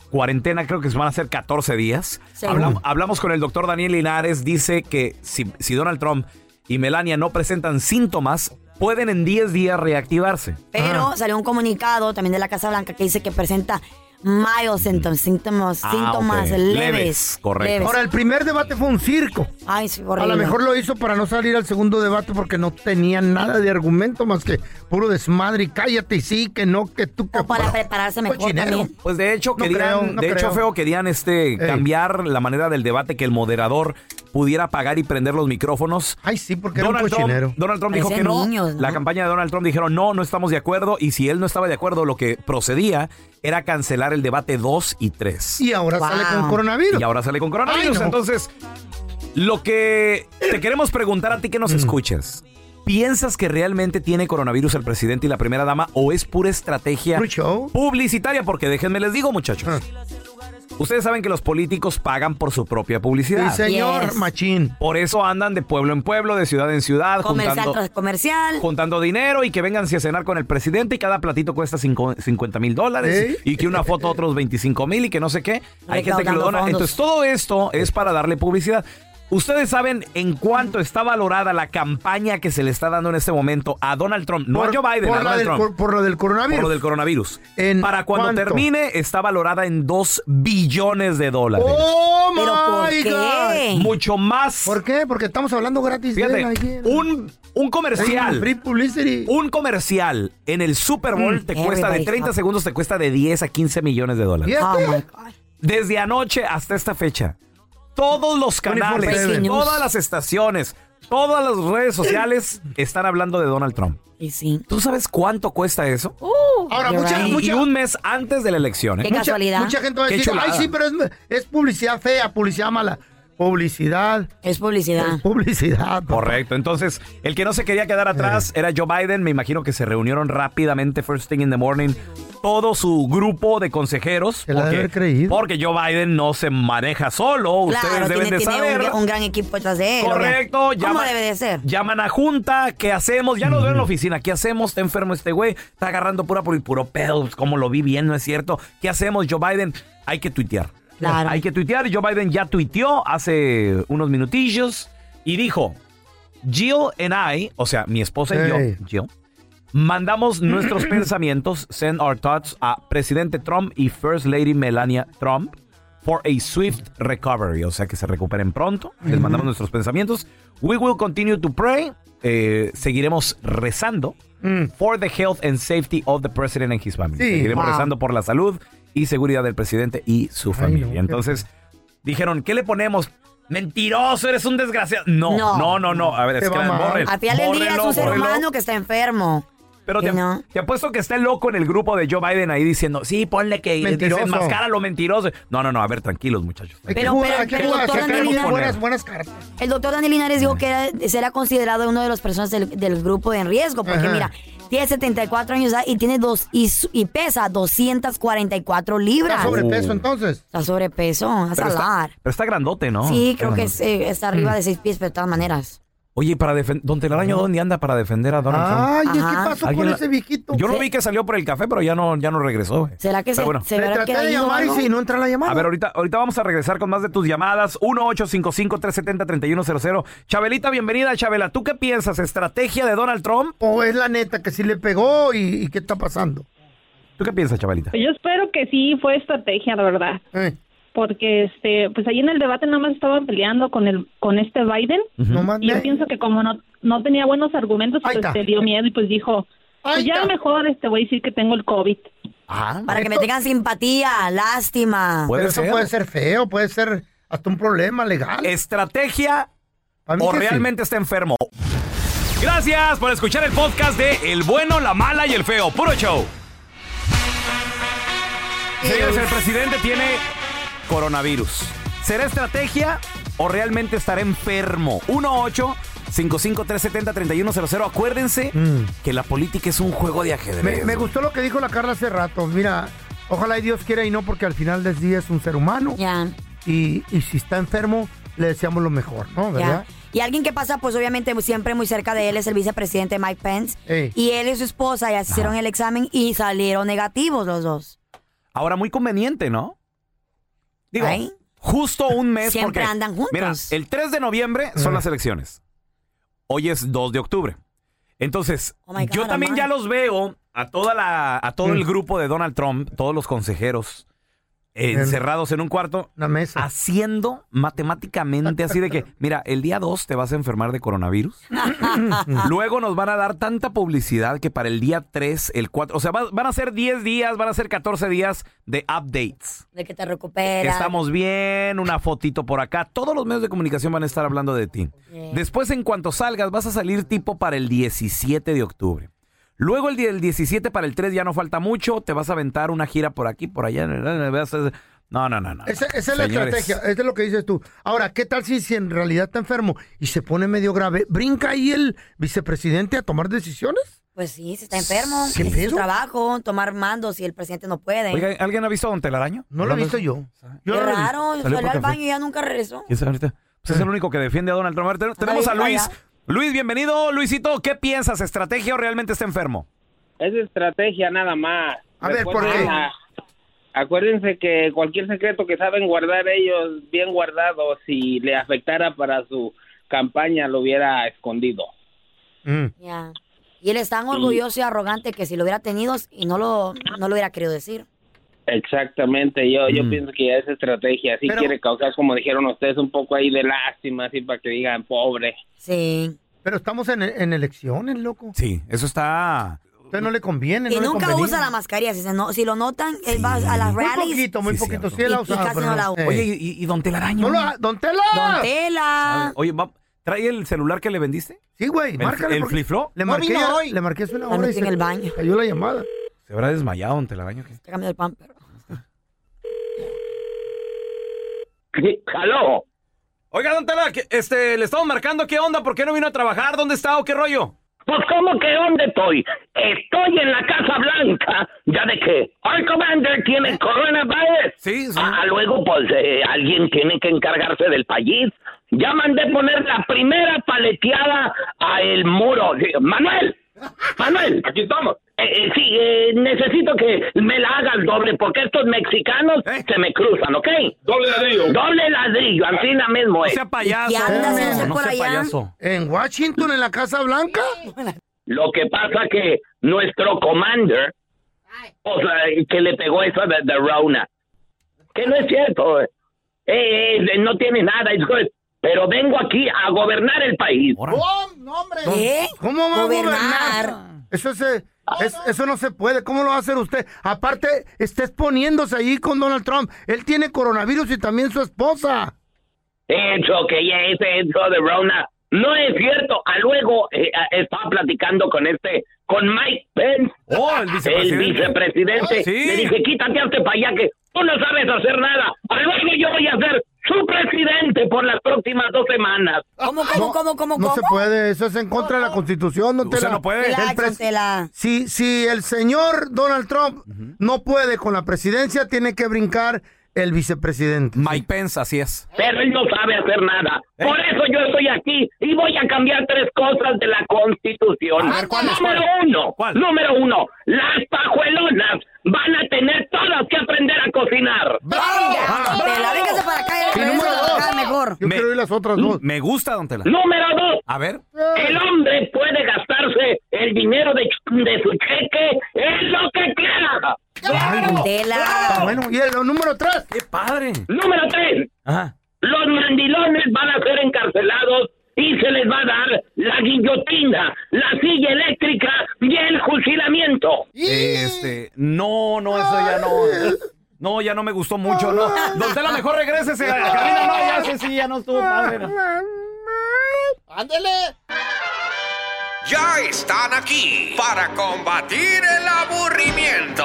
S1: Cuarentena creo que se van a hacer 14 días.
S10: Sí.
S1: Hablam- hablamos con el doctor Daniel Linares, dice que si, si Donald Trump y Melania no presentan síntomas, pueden en 10 días reactivarse.
S3: Pero
S1: Ah.
S3: salió un comunicado también de la Casa Blanca que dice que presenta mild symptoms, síntomas,
S1: Ah,
S3: síntomas
S1: ok.
S3: leves.
S1: Leves, correcto.
S3: leves.
S4: Ahora, el primer debate fue un circo.
S3: Ay, sí,
S4: A
S3: horrible.
S4: lo mejor lo hizo para no salir al segundo debate porque no tenía nada de argumento más que puro desmadre y cállate y sí, que no, que tú que
S3: para prepararse mejor
S4: cochinero.
S3: también.
S1: Pues de hecho
S4: No
S1: querían,
S4: creo, no
S1: de hecho
S4: creo.
S1: feo querían este cambiar la manera del debate que el moderador pudiera apagar y prender los micrófonos.
S4: Ay, sí, porque
S1: Donald
S4: era un
S1: Trump-
S4: cochinero.
S1: Donald Trump dijo que
S3: Parecían
S1: no.
S3: niños, ¿no?
S1: La campaña de Donald Trump dijeron no, no estamos de acuerdo. Y si él no estaba de acuerdo, lo que procedía era cancelar el debate 2 y 3.
S4: Y ahora sale con coronavirus.
S1: Y ahora sale con coronavirus.
S4: Ay, no.
S1: Entonces, lo que te queremos preguntar a ti que nos
S4: Mm.
S1: escuchas. ¿Piensas que realmente tiene coronavirus el presidente y la primera dama o es pura estrategia publicitaria? Porque déjenme les digo, muchachos.
S4: Ah.
S1: Ustedes saben que los políticos pagan por su propia publicidad.
S4: Sí, señor, Yes. machín.
S1: Por eso andan de pueblo en pueblo, de ciudad en ciudad,
S3: Comercial
S1: juntando,
S3: tras comercial.
S1: juntando dinero y que vengan a cenar con el presidente y cada platito cuesta cinco- 50 mil dólares y que una foto otros 25 mil y que no sé qué. Hay gente que lo
S10: Recaudando
S1: dona.
S10: fondos.
S1: Entonces todo esto es para darle publicidad. Ustedes saben en cuánto está valorada la campaña que se le está dando en este momento a Donald Trump, no
S4: Por-
S1: a Joe Biden,
S4: por
S1: a
S4: la
S1: Donald
S4: del
S1: Trump.
S4: cor- por lo del coronavirus.
S1: Por lo del coronavirus.
S4: ¿En
S1: Para cuando
S4: cuánto?
S1: termine está valorada en 2 billones de dólares.
S4: ¡Oh,
S1: ¿Pero por
S4: my
S1: qué?
S4: God!
S1: Mucho más.
S4: ¿Por qué? Porque estamos hablando gratis
S1: Fíjate,
S4: de él ayer.
S1: un, un comercial.
S4: Ay, free
S1: Un comercial en el Super Bowl
S4: Mm.
S1: te cuesta de
S4: Everybody's
S1: 30
S4: happy.
S1: segundos, te cuesta de 10 a 15 millones de dólares.
S4: Oh, my
S1: Desde anoche hasta esta fecha. Todos los
S4: 24/7.
S1: canales,
S4: Fake news.
S1: todas las estaciones, todas las redes sociales están hablando de Donald Trump.
S3: Y sí.
S1: ¿Tú sabes cuánto cuesta eso?
S4: Ahora, mucha,
S1: y,
S4: mucha,
S1: y un mes antes de la elección. ¿eh?
S4: mucha- Mucha gente va a
S1: Qué
S4: decir, ay,
S1: chulada.
S4: sí, pero es, es publicidad fea, publicidad mala. Publicidad.
S3: Es publicidad.
S4: Es publicidad.
S1: Correcto. Entonces, el que no se quería quedar atrás era Joe Biden. Me imagino que se reunieron rápidamente, first thing in the morning, todo su grupo de consejeros.
S4: la debe haber creído.
S1: porque Joe Biden no se maneja solo. Ustedes
S3: Claro,
S1: deben
S3: tiene,
S1: de
S3: tiene
S1: saber.
S3: un, un gran equipo detrás de él.
S1: Correcto,
S3: obvio. ¿Cómo
S1: llama-
S3: debe de ser?
S1: Llaman a junta, ¿qué hacemos? Ya nos veo en la oficina, ¿qué hacemos? Está enfermo este güey, está agarrando pura por puro pedo, pues, como lo vi bien, ¿no es cierto? ¿Qué hacemos, Joe Biden? Hay que tuitear.
S3: Claro.
S1: Hay que tuitear. Joe Biden ya tuiteó hace unos minutillos y dijo, Jill and I, o sea, mi esposa
S4: Hey.
S1: y yo, Jill, mandamos nuestros pensamientos, send our thoughts a Presidente Trump y First Lady Melania Trump for a swift recovery, o sea, que se recuperen pronto. Les mandamos nuestros pensamientos. We will continue to pray. eh, seguiremos rezando
S3: Mm.
S1: for the health and safety of the president and his family.
S4: Sí.
S1: seguiremos
S4: Wow.
S1: rezando por la salud y seguridad del presidente y su familia. Entonces, dijeron, ¿qué le ponemos? Mentiroso, eres un desgraciado. No,
S3: No.
S1: no, no, no. A ver, es que borren.
S3: Al final del día es
S1: Bórrenlo,
S3: un ser
S1: bórrenlo.
S3: humano que está enfermo.
S1: Pero te,
S3: Que no.
S1: te apuesto que está el loco en el grupo de Joe Biden ahí diciendo, sí, ponle que
S4: Mentiroso.
S1: desenmascara lo mentiroso. No, no, no, a ver, tranquilos, muchachos.
S4: Hay que
S3: Pero-
S4: jugar,
S3: pero-
S4: hay que
S3: pero,
S4: jugar,
S3: doctor
S4: sacar
S3: Daniel,
S4: buenas-
S3: buenas-
S4: buenas cartas.
S3: El doctor Daniel Linares dijo que era- será considerado uno de las personas del, del grupo de riesgo, porque
S4: Ajá.
S3: mira, tiene 74 años de edad y tiene dos y, su- y pesa 244 libras.
S4: Está sobrepeso, entonces.
S3: Está sobrepeso, a
S1: Pero está,
S3: salar.
S1: pero está grandote, ¿no?
S3: sí, creo
S1: Está
S3: que
S1: grandote.
S3: es, eh, está
S4: Mm.
S3: arriba de 6 pies, pero de todas maneras.
S1: Oye, para defender. Don Telaraño, ¿dónde anda para defender a Donald
S4: Ay,
S1: Trump?
S4: ¿qué pasó
S1: ¿Alguien
S4: con
S1: la-
S4: ese viejito?
S1: Yo lo vi que salió por el café, pero ya no, ya no regresó. güey.
S3: ¿Será que
S1: Pero
S3: se,
S1: bueno.
S3: se
S4: Le
S3: habrá
S4: traté de
S3: caído
S4: llamar y
S3: algo?
S4: si no entra la llamada.
S1: A ver, ahorita, ahorita vamos a regresar con más de tus llamadas. 1-855-370-3100. Chabelita, bienvenida. Chabela, ¿tú qué piensas? ¿Estrategia de Donald Trump?
S4: ¿O Oh, es la neta que sí le pegó y, y qué está pasando?
S21: Pues
S1: ¿Tú qué piensas, Chabelita?
S4: Eh.
S21: Yo espero que sí fue estrategia, la verdad. porque este pues ahí en el debate nada más estaban peleando con el con este Biden
S4: Ujú. No más
S21: y yo
S4: me-
S21: pienso que como no no tenía buenos argumentos pues
S4: Ahí está.
S21: se dio miedo y pues dijo pues ya mejor este voy a decir que tengo el COVID
S1: Ah,
S3: Para que me tengan simpatía, lástima.
S4: Ah, Pero eso puede ser feo, puede ser hasta un problema legal.
S1: ¿Estrategia
S4: Para mí
S1: o
S4: que sí.
S1: realmente está enfermo? Gracias por escuchar el podcast de El bueno, la mala y el feo. Puro show. Señores, el presidente tiene coronavirus. ¿Será estrategia o realmente estará enfermo? 18 370 3100 Acuérdense que la política es un juego de ajedrez.
S4: Mm. Me, me gustó lo que dijo la Carla hace rato. Mira, ojalá y Dios quiera y no, porque al final del día es un ser humano. Y, y si está enfermo, le deseamos lo mejor, ¿no?
S3: Ya.
S4: ¿Verdad?
S3: Y alguien que pasa, pues obviamente siempre muy cerca de él es el vicepresidente Mike Pence.
S1: Ey.
S3: Y él y su esposa ya se hicieron el examen y salieron negativos los dos.
S1: Ahora, muy conveniente, ¿no? Digo,
S3: Ay.
S1: justo un mes.
S3: Siempre
S1: porque,
S3: andan juntos.
S1: Mira, el 3 de noviembre son las elecciones. Hoy es 2 de octubre. Entonces,
S3: Oh my God, Mm.
S1: yo también
S3: Omar.
S1: ya los veo a, toda la, a todo el grupo de Donald Trump, todos los consejeros, eh,
S4: En-
S1: encerrados en un cuarto, haciendo matemáticamente así de que, mira, el día 2 te vas a enfermar de coronavirus. Luego nos van a dar tanta publicidad que para el día 3, el 4, o sea, va- van a ser 10 días, van a ser 14 días de updates.
S3: De que te
S1: Que
S3: recuperas.
S1: estamos bien, una fotito por acá. Todos los medios de comunicación van a estar hablando de ti. Después, en cuanto salgas, vas a salir tipo para el 17 de octubre. Luego el día del 17 para el 3 ya no falta mucho, te vas a aventar una gira por aquí, por allá. vas a- No, no, no, no.
S4: Esa, esa es la
S1: Señores.
S4: estrategia, es de lo que dices tú. Ahora, ¿qué tal si, si en realidad está enfermo y se pone medio grave? ¿Brinca ahí el vicepresidente a tomar decisiones?
S3: Pues sí, se está enfermo. Ese
S4: ¿Qué
S3: es su
S4: pedo?
S3: trabajo, tomar mando si el presidente no puede.
S1: Oiga, ¿alguien ha visto a Don Telaraño?
S4: No lo he visto yo.
S3: Qué
S1: no lo vi.
S3: raro,
S1: Salió
S3: salió
S1: por
S3: al
S1: café.
S3: baño y ya nunca regresó.
S1: ¿Quién sabe ahorita? Pues es el único que defiende a Donald Trump. A ver, ten- Tenemos a
S3: Ahí,
S1: Luis.
S3: allá.
S1: Luis, bienvenido. Luisito, ¿qué piensas? ¿Estrategia o realmente está enfermo?
S8: Es estrategia nada más.
S1: A ver, ¿por
S8: Recuerden
S1: qué?
S8: a- acuérdense que cualquier secreto que saben guardar ellos, bien guardado, si le afectara para su campaña, lo hubiera escondido.
S3: Ya. Y él es tan orgulloso y arrogante que si lo hubiera tenido y no lo, no lo hubiera querido decir.
S8: Exactamente, yo, yo pienso que ya es estrategia. Así
S4: Pero-
S8: quiere causar, como dijeron ustedes, un poco ahí de lástima, así para que digan, pobre.
S3: Sí.
S4: Pero estamos en, en elecciones, loco.
S1: Sí, eso está...
S4: Usted no le conviene,
S3: Y
S4: no le
S3: nunca
S4: convenía.
S3: usa la mascarilla. Si, se no- si lo notan, él va a las
S4: Muy
S3: rallies.
S4: poquito, muy poquito. Sí, la
S3: Y- y
S4: usaba,
S3: casi
S4: pero
S3: no
S4: no.
S3: la usa.
S1: Oye, ¿y, y- y Don Telaraño?
S4: No lo ha- ¡Don Tela!
S3: Don Tela.
S1: Oye, va- ¿trae el celular que le vendiste?
S4: Sí, güey,
S1: ¿El-
S4: márcale.
S1: ¿El
S4: porque
S1: flifló?
S4: Le marqué, le marqué hace una
S3: La
S4: hora y
S3: metí en
S4: se-
S3: el baño.
S4: Cayó la llamada.
S1: ¿Se habrá desmayado Don Telaraño? ¿Qué?
S3: Te cambió el pamper.
S8: ¡Jaló!
S1: Oiga, Don Tela, que- este, le estamos marcando qué onda, por qué no vino a trabajar, dónde está o qué rollo.
S8: Pues, ¿cómo que dónde estoy? Eh, Estoy en la Casa Blanca. ¿Ya de qué? Hoy Commander tiene coronavirus.
S1: Eh. Sí, sí.
S8: Ah, luego, pues, eh, alguien tiene que encargarse del país. Ya mandé poner la primera paleteada a el muro. Sí, Manuel, Manuel. Aquí estamos. sí, eh, necesito que me la hagas doble porque estos mexicanos
S1: Eh.
S8: se me cruzan, ¿ok? Doble ladrillo. Doble ladrillo,
S1: Ah,
S8: así la mismo es.
S4: ¿En Washington, en la Casa Blanca?
S8: Lo que pasa que nuestro commander, o sea, el que le pegó eso de, de Rona, que no es cierto, eh, eh, eh, no tiene nada, it's good. pero vengo aquí a gobernar el país.
S4: ¡Oh, no,
S3: ¿Eh?
S4: hombre! ¿Cómo va a gobernar? Eso, se- es- eso no se puede. ¿Cómo lo va a hacer usted? Aparte, está exponiéndose ahí con Donald Trump. Él tiene coronavirus y también su esposa.
S8: Eso que ya ese eso de Rona no es cierto. A luego eh, a- estaba platicando con este, con Mike Pence,
S1: Oh, el Ah,
S8: vicepresidente.
S1: Sí.
S8: Le dije, quítate hasta para allá que tú no sabes hacer nada. A luego yo voy a ser su presidente por las próximas dos semanas.
S3: ¿Cómo, cómo, cómo, cómo,
S4: No
S3: cómo?
S4: se puede, eso es en contra de la Constitución, no te
S3: Usted no puede. Relax, don Tela.
S4: Si, si el señor Donald Trump no puede con la presidencia, tiene que brincar el vicepresidente.
S1: Mike Pence, así es. Eh.
S8: pero él no sabe hacer nada.
S4: Eh.
S8: Por eso yo estoy aquí y voy a cambiar tres cosas de la Constitución. número uno, número uno, las pajuelonas van a tener todas que aprender a cocinar.
S4: Ah,
S3: Venga, don Tela, véngase para acá. Y regresa a trabajar mejor.
S4: Yo quiero oír las otras dos.
S1: Me gusta, Don Tela. Ah,
S8: Número dos.
S1: A ver.
S8: El hombre puede gastarse el dinero de, de su cheque en lo que quiera.
S3: ¡Claro!
S4: Está bueno, y el número tres.
S1: ¡Qué padre!
S8: Número tres. Los mandilones van a ser encarcelados y se les va a dar la guillotina, la silla eléctrica y el fusilamiento.
S1: Este, no, no, eso ya no. No, ya no me gustó mucho, no. Don Tela, mejor regrésese a la cabina, no, ya sé si ya no
S4: Ah,
S1: estuvo padre. no.
S11: ¡Ándele!
S2: Ya están aquí para combatir el aburrimiento.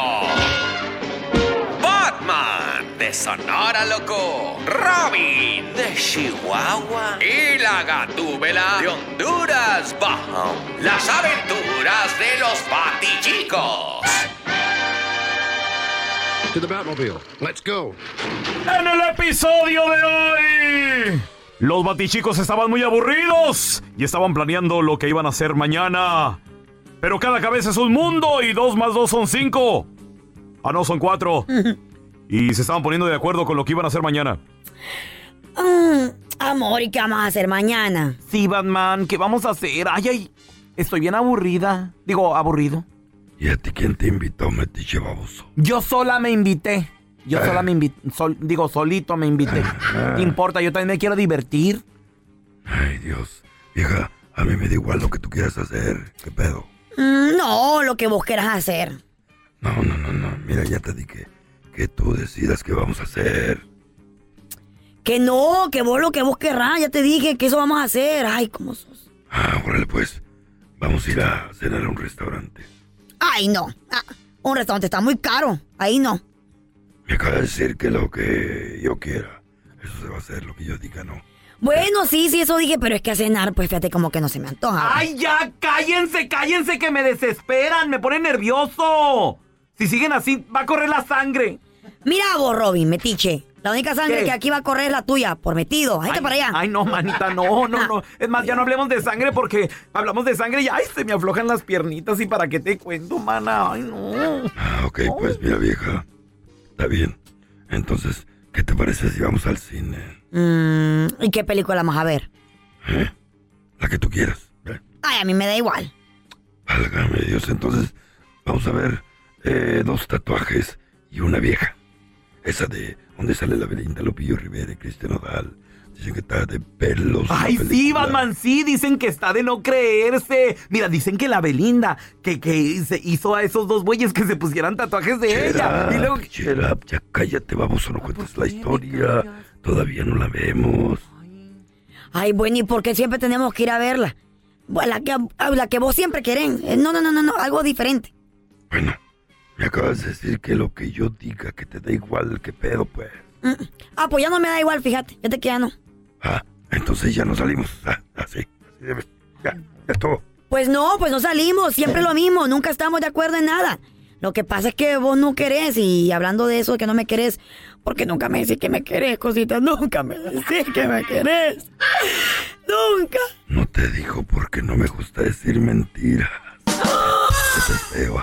S2: Batman de Sonora Loco, Robin de Chihuahua y la Gatúbela de Honduras Bajo. Las aventuras de los Batichicos.
S22: To the Batmobile. Let's go.
S1: En el episodio de hoy, los batichicos estaban muy aburridos y estaban planeando lo que iban a hacer mañana. Pero cada cabeza es un mundo y dos más dos son cinco. Ah, no, son cuatro. y se estaban poniendo de acuerdo con lo que iban a hacer mañana.
S3: Mm, amor, ¿y qué vamos a hacer mañana?
S1: Sí, Batman, ¿qué vamos a hacer? Ay, ay, estoy bien aburrida. Digo, aburrido.
S22: ¿Y a ti quién te invitó, metiche baboso?
S1: Yo sola me invité. Yo sola me invité. digo, solito me invité. ¿Qué importa? Yo también me quiero divertir.
S22: Ay, Dios. Vieja, a mí me da igual lo que tú quieras hacer. ¿Qué pedo?
S3: Mm, no, lo que vos quieras hacer.
S22: No, no, no, no. Mira, ya te dije que tú decidas qué vamos a hacer.
S3: Que no, que vos lo que vos querrás, ya te dije que eso vamos a hacer. Ay, cómo sos.
S22: Ah, órale, pues. Vamos a ir a cenar a un restaurante.
S3: Ay, no. Ah, un restaurante está muy caro. Ahí no.
S22: Me acaba de decir que lo que yo quiera, eso se va a hacer, lo que yo diga no.
S3: Bueno, sí, sí, eso dije, pero es que a cenar, pues fíjate como que no se me
S12: Ah.
S3: antoja.
S1: ¡Ay, ya! ¡Cállense, cállense que me desesperan! ¡Me ponen nervioso! Si siguen así, va a correr la sangre.
S3: Mira vos, Robin, metiche. La única sangre
S1: ¿Qué?
S3: que aquí va a correr es la tuya, por metido. Ahí para allá.
S1: Ay, no, manita, no, no, no. Es más, ya no hablemos de sangre porque hablamos de sangre y ay, se me aflojan las piernitas y para qué te cuento, mana. Ay, no.
S22: Ah, ok, pues mira, vieja. Está bien. Entonces, ¿qué te parece si vamos al cine?
S3: Mm, ¿Y qué película vamos a ver?
S22: ¿Eh? La que tú quieras.
S3: Ay, a mí me da igual.
S22: Válgame Dios, entonces vamos a ver eh, dos tatuajes y una vieja. Esa de donde sale la Belinda Lupillo Rivera y Cristian Odal. Dicen que está de pelos. la
S1: Ay, sí,
S22: película.
S1: Batman, sí, dicen que está de no creerse. Mira, dicen que la Belinda, que, que se hizo a esos dos bueyes que se pusieran tatuajes de ella.
S22: Chela,
S1: Y luego, Ah, pues
S22: chela, ah, ya cállate, vamos, no cuentes la historia. Todavía no la vemos.
S3: Ay, bueno, ¿y por qué siempre tenemos que ir a verla? Bueno, La que, a la que vos siempre querés. Eh, No, no, no, no, no, algo diferente.
S22: Me acabas de decir que lo que yo diga, que te da igual, qué pedo, pues.
S3: Mm. Ah, pues ya no me da igual, fíjate. Ya te queda no.
S22: Ah, entonces ya no salimos. Ah, así. así debe- Ya, ya estuvo.
S3: Pues no, pues no salimos, siempre lo mismo, nunca estamos de acuerdo en nada. Lo que pasa es que vos no querés, y hablando de eso, de que no me querés, porque nunca me decís que me querés, cosita, nunca me decís que me querés. Nunca.
S22: No te dijo porque no me gusta decir mentiras. Eso es feo.